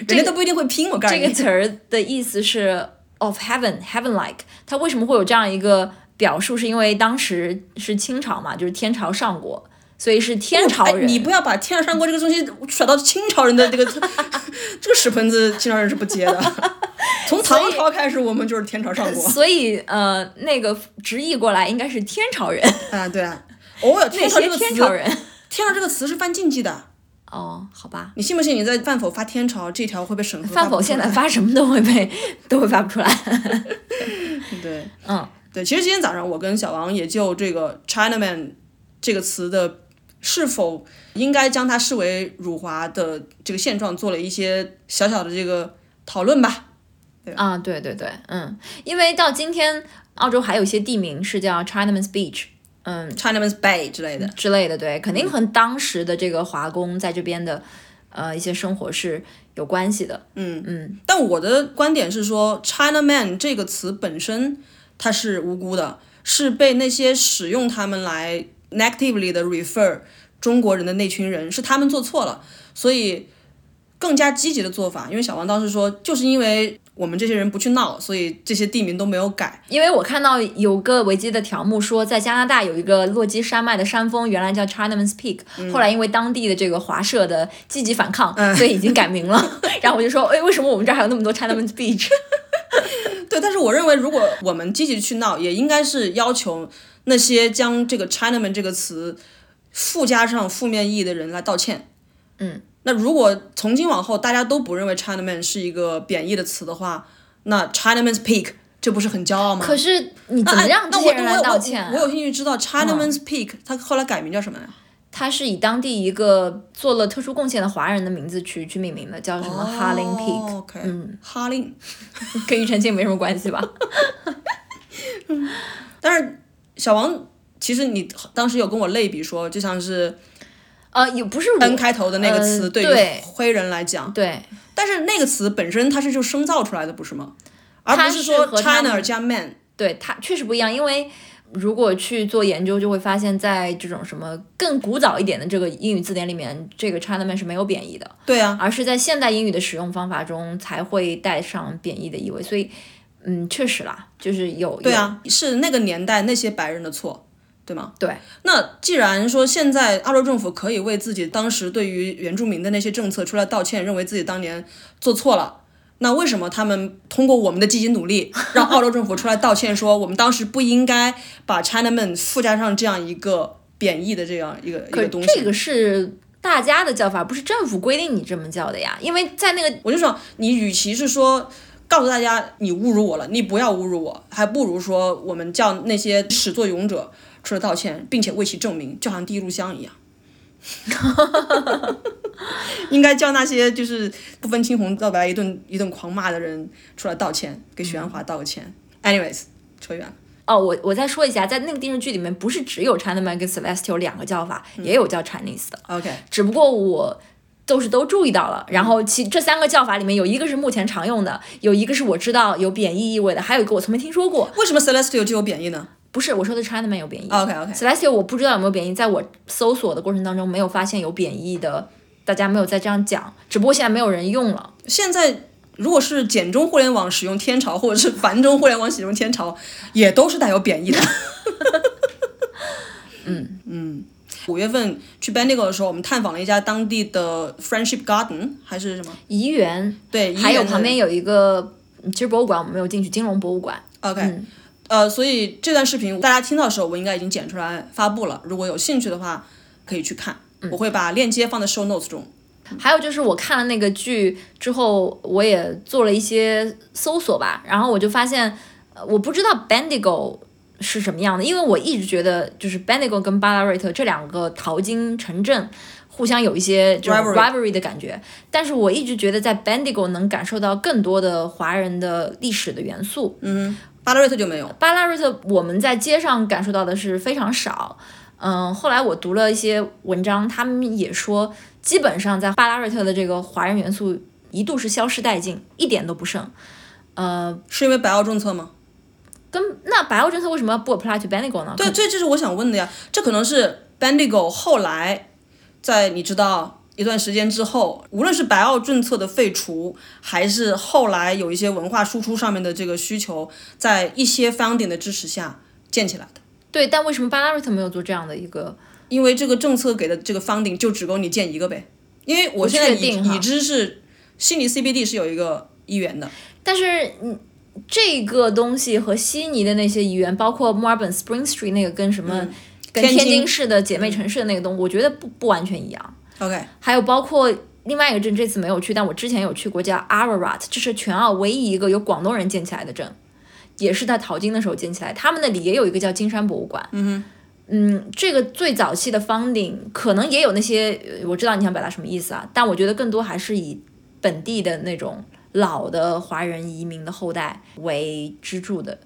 [SPEAKER 2] 人家都不一定会拼。我告诉
[SPEAKER 1] 这个
[SPEAKER 2] 你，
[SPEAKER 1] 词儿的意思是 of heaven heaven like，它为什么会有这样一个表述？是因为当时是清朝嘛，就是天朝上国，所以是天朝
[SPEAKER 2] 哎
[SPEAKER 1] 人。
[SPEAKER 2] 你不要把“天上上国”这个东西甩到清朝人的这个 [laughs] 这个屎盆子，清朝人是不接 [laughs] 的。从唐朝开始，我们就是天朝上国
[SPEAKER 1] [laughs] 所以呃，那个直译过来应该是天朝人，
[SPEAKER 2] 啊！对啊，偶尔
[SPEAKER 1] 那
[SPEAKER 2] [laughs] 天朝这
[SPEAKER 1] 些
[SPEAKER 2] 个词
[SPEAKER 1] 天，朝人。
[SPEAKER 2] 天朝这个词是犯禁忌的。
[SPEAKER 1] 哦，好吧，
[SPEAKER 2] 你信不信？你在饭否发天朝这条会被审核？
[SPEAKER 1] 饭否现在发什么都会被 [laughs] 都会发不出来。
[SPEAKER 2] [laughs] 对，
[SPEAKER 1] 嗯，
[SPEAKER 2] 对，其实今天早上我跟小王也就这个 Chinaman 这个词的是否应该将它视为辱华的这个现状做了一些小小的这个讨论吧。
[SPEAKER 1] 啊，对对对，嗯，因为到今天澳洲还有一些地名是叫 Chinaman's Beach，嗯，
[SPEAKER 2] Chinaman's Bay 之类的，嗯
[SPEAKER 1] 之类的，对，肯定和当时的这个华工在这边的呃一些生活是有关系的。嗯嗯，
[SPEAKER 2] 但我的观点是说，Chinaman 这个词本身它是无辜的，是被那些使用它们来 negatively 的 refer 中国人的那群人，是他们做错了，所以更加积极的做法。因为小王当时说，就是因为我们这些人不去闹，所以这些地名都没有改。
[SPEAKER 1] 因为我看到有个维基的条目说，在加拿大有一个落基山脉的山峰，原来叫 Chinaman's Peak，、后
[SPEAKER 2] 嗯
[SPEAKER 1] 来因为当地的这个华社的积极反抗，所以已经改名了。 [laughs] 然后我就说，哎，为什么我们这儿还有那么多 Chinaman's
[SPEAKER 2] [laughs]
[SPEAKER 1] Beach？
[SPEAKER 2] 对，但是我认为，如果我们积极去闹，也应该是要求那些将这个 Chinaman 这个词附加上负面意义的人来道歉。
[SPEAKER 1] 嗯，
[SPEAKER 2] 那如果从今往后大家都不认为 Chinaman 是一个贬义的词的话，那 Chinaman's Peak 这不是很骄傲吗？哎
[SPEAKER 1] 可是你怎么让这
[SPEAKER 2] 啊那
[SPEAKER 1] 些
[SPEAKER 2] 我
[SPEAKER 1] 人来道歉、啊
[SPEAKER 2] 我我我有兴趣知道 Chinaman's Peak 它后来改名叫什么呀？
[SPEAKER 1] 它是以当地一个做了特殊贡献的华人的名字去去命名的，叫什么 Harling Peak，、嗯
[SPEAKER 2] 哦 OK，哈林。
[SPEAKER 1] 跟庾澄庆没什么关
[SPEAKER 2] [laughs]
[SPEAKER 1] 系吧？
[SPEAKER 2] 但是小王，其实你当时有跟我类比说，就像是
[SPEAKER 1] 呃，也不是我
[SPEAKER 2] N 开头的那个
[SPEAKER 1] 呃
[SPEAKER 2] 词，对于
[SPEAKER 1] 对
[SPEAKER 2] 黑人来讲，
[SPEAKER 1] 对
[SPEAKER 2] 但是那个词本身它是就生造出来的，不是吗？而不
[SPEAKER 1] 它
[SPEAKER 2] 是
[SPEAKER 1] 是
[SPEAKER 2] 说
[SPEAKER 1] 和它
[SPEAKER 2] China 加 man。
[SPEAKER 1] 对，它确实不一样，因为如果去做研究，就会发现，在这种什么更古早一点的这个英语字典里面，这个 Chinaman 是没有贬义的，
[SPEAKER 2] 对啊，
[SPEAKER 1] 而是在现代英语的使用方法中才会带上贬义的意味，所以。嗯，确实啦，就是有
[SPEAKER 2] 对啊，是那个年代那些白人的错，对吗？
[SPEAKER 1] 对。
[SPEAKER 2] 那既然说现在澳洲政府可以为自己当时对于原住民的那些政策出来道歉，认为自己当年做错了。那为什么他们通过我们的积极努力，让澳洲政府出来道歉，说我们当时不应该把 Chinaman 附加上这样一个贬义的这样一个一
[SPEAKER 1] 有，
[SPEAKER 2] 个东西？
[SPEAKER 1] 这个是大家的叫法，不是政府规定你这么叫的呀。因为在那个
[SPEAKER 2] 我就说，你与其是说告诉大家你侮辱我了，你不要侮辱我，还不如说我们叫那些始作俑者出来道歉，并且为其证明，就好像第一炷香一样。 [laughs] 应该叫那些就是不分青红皂白一顿一顿狂骂的人出来道歉，给许鞍华道个歉。Anyways，扯远了。
[SPEAKER 1] 哦，我我再说一下，在那个电视剧里面，不是只有 Chinaman 跟 Celestial 两个叫法，
[SPEAKER 2] 嗯
[SPEAKER 1] 也有叫 Chinese 的，
[SPEAKER 2] OK，
[SPEAKER 1] 只不过我。都是都注意到了，然后其这三个叫法里面有一个是目前常用的，有一个是我知道有贬义意味的，还有一个我从没听说过。
[SPEAKER 2] 为什么 Celestial 就有贬义呢？
[SPEAKER 1] 不是我说的 Chinaman 有贬义
[SPEAKER 2] OK，OK
[SPEAKER 1] Celestial 我不知道有没有贬义，在我搜索的过程当中没有发现有贬义的，大家没有再这样讲，只不过现在没有人用了。
[SPEAKER 2] 现在如果是简中互联网使用天朝，或者是繁中互联网使用天朝，也都是带有贬义的。嗯嗯，五月份去 Bendigo 的时候，我们探访了一家当地的 Friendship Garden 还是什么？
[SPEAKER 1] 怡园，
[SPEAKER 2] 对，
[SPEAKER 1] 还
[SPEAKER 2] 医
[SPEAKER 1] 有
[SPEAKER 2] 院的
[SPEAKER 1] 旁边有一个，嗯其实博物馆我们没有进去，金融博物馆。
[SPEAKER 2] OK，、呃，所以这段视频大家听到的时候，我应该已经剪出来发布了。如果有兴趣的话，可以去看。我会把链接放在 show notes 中。
[SPEAKER 1] 还有就是我看了那个剧之后，我也做了一些搜索吧，然后我就发现，呃我不知道 Bendigo 是什么样的，因为我一直觉得就是 Bendigo 跟 Ballarat 这两个淘金城镇。互相有一些这种
[SPEAKER 2] Rivalry
[SPEAKER 1] rivalry 的感觉，但是我一直觉得在 Bendigo 能感受到更多的华人的历史的元素，
[SPEAKER 2] 巴勒瑞特就没有。
[SPEAKER 1] 巴拉瑞特，我们在街上感受到的是非常少。嗯，后来我读了一些文章，他们也说，基本上在巴拉瑞特的这个华人元素一度是消失殆尽，一点都不剩。呃，
[SPEAKER 2] 是因为白澳政策吗？
[SPEAKER 1] 跟那白澳政策为什么不 apply to Bendigo 呢？
[SPEAKER 2] 对，这这是我想问的呀。这可能是 Bendigo 后来在你知道一段时间之后，无论是白澳政策的废除，还是后来有一些文化输出上面的这个需求，在一些 funding 的支持下建起来的。
[SPEAKER 1] 对，但为什么巴拉瑞特没有做这样的一个？
[SPEAKER 2] 因为这个政策给的这个 funding 就只够你建一个呗。因为我现在
[SPEAKER 1] 不确
[SPEAKER 2] 已
[SPEAKER 1] 定哈
[SPEAKER 2] 已知是悉尼 CBD 是有一个医院的，
[SPEAKER 1] 但是，嗯，这个东西和悉尼的那些医院，包括墨尔本 Spring Street 那个跟什么，跟
[SPEAKER 2] 天
[SPEAKER 1] 嗯
[SPEAKER 2] 津
[SPEAKER 1] 天津市的姐妹城市的那个东西，我觉得不不完全一样。
[SPEAKER 2] OK，
[SPEAKER 1] 还有包括另外一个镇，这次没有去，但我之前有去过，叫 Ararat，这是全澳唯一一个由广东人建起来的镇，也是在淘金的时候建起来。他们那里也有一个叫金山博物馆。嗯嗯，这个最早期的 funding 可能也有那些，呃我知道你想表达什么意思啊，但我觉得更多还是以本地的那种老的华人移民的后代为支柱的。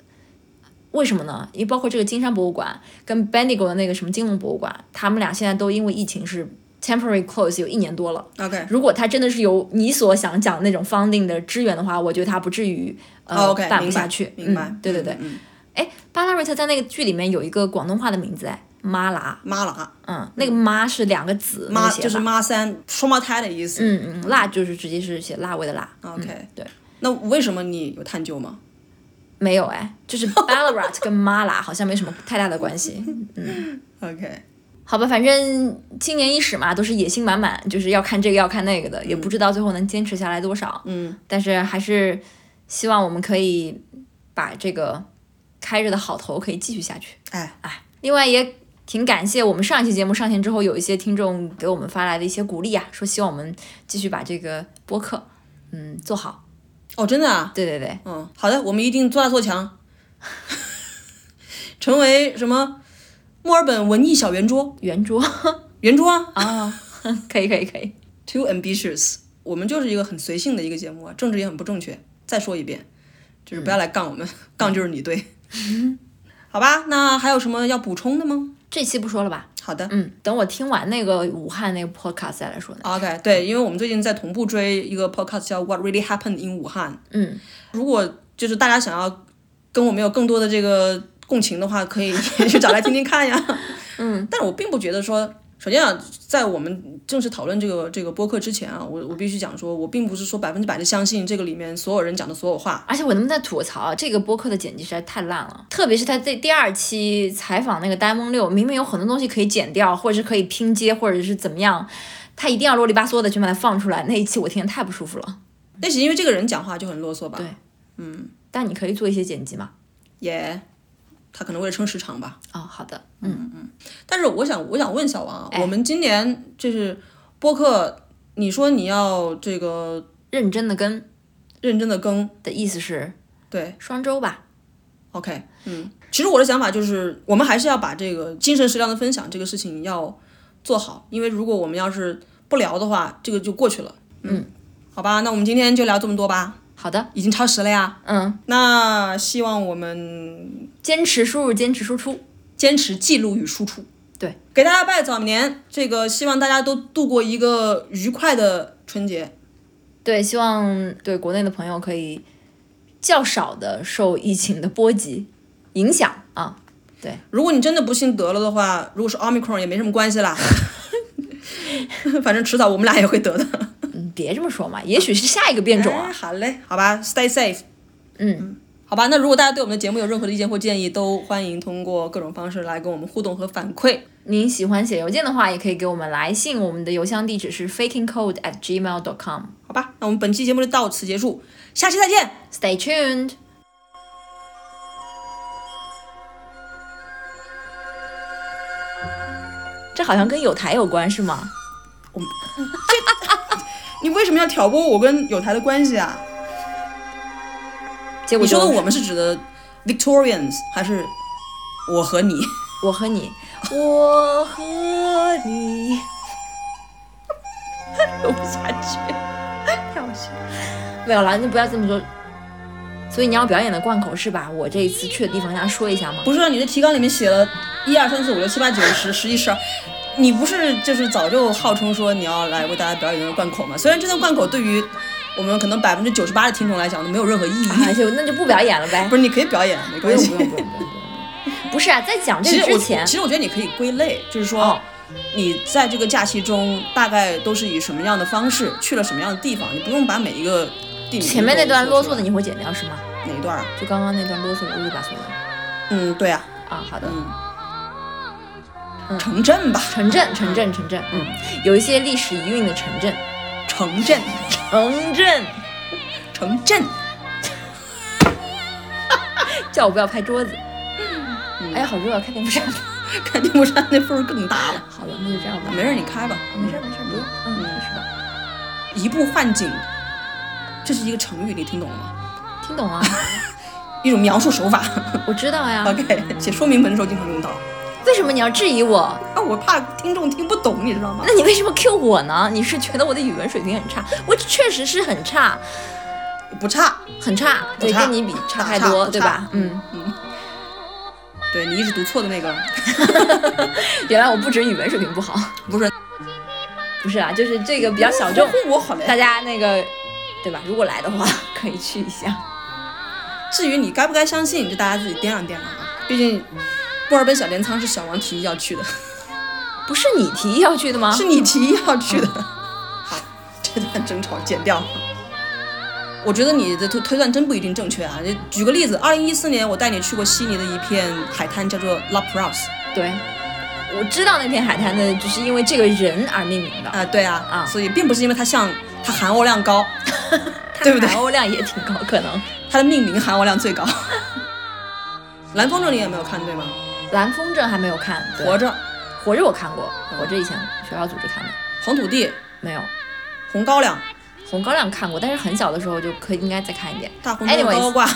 [SPEAKER 1] 为什么呢？因为包括这个金山博物馆跟 Bendigo 的那个什么金融博物馆，他们俩现在都因为疫情是 temporary close 有一年多了。
[SPEAKER 2] OK
[SPEAKER 1] 如果他真的是有你所想讲的那种 funding 的支援的话，我觉得他不至于呃、
[SPEAKER 2] 哦 OK，
[SPEAKER 1] 办不
[SPEAKER 2] 明白
[SPEAKER 1] 下去。
[SPEAKER 2] 明白
[SPEAKER 1] 嗯，对对对。
[SPEAKER 2] 嗯
[SPEAKER 1] 哎、巴拉瑞特在那个剧里面有一个广东话的名字哎，妈啦，
[SPEAKER 2] 妈啦，
[SPEAKER 1] 嗯，那个妈是两个子，那
[SPEAKER 2] 妈
[SPEAKER 1] 个写法
[SPEAKER 2] 就是妈三双胞胎的意思。
[SPEAKER 1] 嗯嗯，辣就是直接是写辣味的辣。
[SPEAKER 2] OK，、
[SPEAKER 1] 嗯对。
[SPEAKER 2] 那为什么你有探究吗？
[SPEAKER 1] 没有哎，就是 Ballarat 跟 Mala 好像没什么太大的关系。
[SPEAKER 2] OK，
[SPEAKER 1] 好吧，反正青年伊始嘛，都是野心满满，就是要看这个要看那个的，也不知道最后能坚持下来多少。嗯，但是还是希望我们可以把这个开着的好头可以继续下去。
[SPEAKER 2] 哎
[SPEAKER 1] 哎，另外也挺感谢我们上一期节目上线之后，有一些听众给我们发来的一些鼓励啊，说希望我们继续把这个播客嗯做好。
[SPEAKER 2] 哦，真的啊，
[SPEAKER 1] 对对对，
[SPEAKER 2] 嗯，好的，我们一定做大做强， [laughs] 成为什么墨尔本文艺小圆桌，
[SPEAKER 1] 圆桌 [laughs]
[SPEAKER 2] 圆桌啊啊
[SPEAKER 1] 可以可以可以，
[SPEAKER 2] ，too ambitious，我们就是一个很随性的一个节目啊，政治也很不正确。再说一遍，就是不要来杠我们，杠就是你对，好吧？那还有什么要补充的吗？
[SPEAKER 1] 这期不说了吧？
[SPEAKER 2] 好的。
[SPEAKER 1] 嗯，等我听完那个武汉那个 podcast 再来说呢。
[SPEAKER 2] OK，对，因为我们最近在同步追一个 podcast 叫《What Really Happened in 武汉》。
[SPEAKER 1] 嗯，
[SPEAKER 2] 如果就是大家想要跟我们有更多的这个共情的话，可以 [laughs] 去找来听听看
[SPEAKER 1] [laughs]
[SPEAKER 2] 呀。嗯， [laughs] 但我并不觉得说，首先啊，在我们正式讨论这个这个播客之前啊，我我必须讲说，我并不是说百分之百的相信这个里面所有人讲的所有话。
[SPEAKER 1] 而且我能不能再吐槽啊这个播客的剪辑实在太烂了，特别是他这第二期采访那个呆萌六，明明有很多东西可以剪掉，或者是可以拼接，或者是怎么样，他一定要啰里吧嗦的全把它放出来。那一期我听得太不舒服了。
[SPEAKER 2] 那是因为这个人讲话就很啰嗦吧？
[SPEAKER 1] 对但你可以做一些剪辑嘛？
[SPEAKER 2] 也、他可能为了撑时长吧。
[SPEAKER 1] 哦，好的，嗯，
[SPEAKER 2] 哎但是我想，我想问小王啊，我们今年就是播客，你说你要这个
[SPEAKER 1] 认真的跟
[SPEAKER 2] 认真的更，
[SPEAKER 1] 的意思是
[SPEAKER 2] 对
[SPEAKER 1] 双周吧。
[SPEAKER 2] ，OK，嗯，其实我的想法就是，我们还是要把这个精神食粮的分享这个事情要做好，因为如果我们要是不聊的话，这个就过去了。嗯，好吧，那我们今天就聊这么多吧，
[SPEAKER 1] 好的，
[SPEAKER 2] 已经超时了呀。
[SPEAKER 1] 嗯，
[SPEAKER 2] 那希望我们
[SPEAKER 1] 坚持输入，坚持输出。
[SPEAKER 2] 坚持记录与输出。
[SPEAKER 1] 对，
[SPEAKER 2] 给大家拜早年，这个希望大家都度过一个愉快的春节。
[SPEAKER 1] 对，希望对国内的朋友可以较少的受疫情的波及影响啊。对，
[SPEAKER 2] 如果你真的不幸得了的话，如果是 omicron 也没什么关系啦， [laughs] 反正迟早我们俩也会得的。
[SPEAKER 1] 嗯，别这么说嘛，也许是下一个变种啊。
[SPEAKER 2] 哎好嘞，好吧，stay safe。
[SPEAKER 1] 嗯，
[SPEAKER 2] 好吧，那如果大家对我们的节目有任何的意见或建议，都欢迎通过各种方式来跟我们互动和反馈。
[SPEAKER 1] 您喜欢写邮件的话，也可以给我们来信，我们的邮箱地址是 fakingcode at gmail dot com。
[SPEAKER 2] 好吧，那我们本期节目就到此结束，下期再见。
[SPEAKER 1] Stay tuned. ”这好像跟有台有关是吗？
[SPEAKER 2] 你为什么要挑拨我跟有台的关系啊？
[SPEAKER 1] 结果
[SPEAKER 2] 你说的
[SPEAKER 1] 就
[SPEAKER 2] 我们是指的 Victorians 还是我和你？
[SPEAKER 1] 我和
[SPEAKER 2] [laughs]
[SPEAKER 1] 你，我和你。 [laughs]
[SPEAKER 2] 录不下 [laughs] 去，太好笑了。
[SPEAKER 1] 没有了，那不要这么说。所以你要表演的贯口是把我这一次去的地方跟大家说一下吗？
[SPEAKER 2] 不是啊，你的提纲里面写了一二三四五六七八九十十一十二，你不是就是早就号称说你要来为大家表演一段贯口吗？虽然这段贯口对于我们可能百分之九十八的听众来讲都没有任何意义，
[SPEAKER 1] 哎就那就不表演了呗。
[SPEAKER 2] [laughs] 不是你可以表演，没
[SPEAKER 1] 不
[SPEAKER 2] 关
[SPEAKER 1] 用
[SPEAKER 2] 系
[SPEAKER 1] 不。用不用不用不用不用。不是啊，在讲这
[SPEAKER 2] 其实
[SPEAKER 1] 个
[SPEAKER 2] 我
[SPEAKER 1] 之前
[SPEAKER 2] 其，实我觉得你可以归类，就是说。
[SPEAKER 1] 哦
[SPEAKER 2] 你在这个假期中大概都是以什么样的方式去了什么样的地方？你不用把每一个地名
[SPEAKER 1] 前面那段
[SPEAKER 2] 都说
[SPEAKER 1] 啰
[SPEAKER 2] 出
[SPEAKER 1] 嗦
[SPEAKER 2] 来
[SPEAKER 1] 的你会剪掉是吗？
[SPEAKER 2] 哪一段啊？
[SPEAKER 1] 就刚刚那段啰嗦的乌里吧嗦的
[SPEAKER 2] 嗯，对啊，
[SPEAKER 1] 啊，好的。
[SPEAKER 2] 嗯，
[SPEAKER 1] 嗯
[SPEAKER 2] 城镇吧，
[SPEAKER 1] 城镇，城镇，城镇，嗯，有一些历史遗韵的城镇，
[SPEAKER 2] 城镇，嗯
[SPEAKER 1] 城镇，
[SPEAKER 2] 城镇。
[SPEAKER 1] 叫我不要拍桌子。哎呀，好热，开电风扇。
[SPEAKER 2] 看定目山那风儿更大了。
[SPEAKER 1] [laughs] 好了，那就这样吧。
[SPEAKER 2] 没事，你开吧，
[SPEAKER 1] 啊，没事儿，没事儿，不用。嗯，是吧？
[SPEAKER 2] 移步换景，这是一个成语，你听懂了吗？
[SPEAKER 1] 听懂啊，
[SPEAKER 2] 一种描述手法。
[SPEAKER 1] [laughs] 我知道呀。
[SPEAKER 2] [laughs] OK，写说明文的时候经常用到。
[SPEAKER 1] 为什么你要质疑我？
[SPEAKER 2] 啊，我怕听众听不懂，你知道吗
[SPEAKER 1] 那？你为什么 Q 我呢？你是觉得我的语文水平很差？我确实是很差，
[SPEAKER 2] 不差，
[SPEAKER 1] 很差，对，
[SPEAKER 2] 差
[SPEAKER 1] 跟你比差
[SPEAKER 2] 大
[SPEAKER 1] 太
[SPEAKER 2] 差
[SPEAKER 1] 多，
[SPEAKER 2] 不
[SPEAKER 1] 对
[SPEAKER 2] 差
[SPEAKER 1] 吧？嗯，
[SPEAKER 2] 对你一直读错的那个，
[SPEAKER 1] 原来我不止语文水平不好，
[SPEAKER 2] 不是
[SPEAKER 1] 不是啊，就是这个比较小众，
[SPEAKER 2] 我好
[SPEAKER 1] 大
[SPEAKER 2] 嘞。
[SPEAKER 1] 家那个，对吧？如果来的话， [laughs] 可以去一下。
[SPEAKER 2] 至于你该不该相信，就大家自己掂量掂量啊。毕竟墨尔本小镰仓是小王提议要去的，
[SPEAKER 1] 不是你提议要去的吗？
[SPEAKER 2] 是你提议要去的。
[SPEAKER 1] 嗯
[SPEAKER 2] 好，这段争吵剪掉。我觉得你的推推断真不一定正确啊！你举个例子，二零一四年我带你去过悉尼的一片海滩，叫做 La Pros。
[SPEAKER 1] 对，我知道那片海滩呢，就是因为这个人而命名的，
[SPEAKER 2] 啊，对啊，
[SPEAKER 1] 啊
[SPEAKER 2] 所以并不是因为它像它含欧量高，
[SPEAKER 1] 它
[SPEAKER 2] 对不对
[SPEAKER 1] 含欧量也挺高，可
[SPEAKER 2] [laughs]
[SPEAKER 1] 能。
[SPEAKER 2] 它的命名含欧
[SPEAKER 1] [laughs]
[SPEAKER 2] 量最高。蓝风筝你也没有看对吗？
[SPEAKER 1] 蓝风筝还没有看，对
[SPEAKER 2] 活着，
[SPEAKER 1] 活着我看过，活着以前学校组织看的，
[SPEAKER 2] 红土地，
[SPEAKER 1] 没有。
[SPEAKER 2] 红高粱，
[SPEAKER 1] 红高粱看过，但是很小的时候就可以应该再看一遍。
[SPEAKER 2] 大红灯笼高
[SPEAKER 1] Anyways，
[SPEAKER 2] 高挂，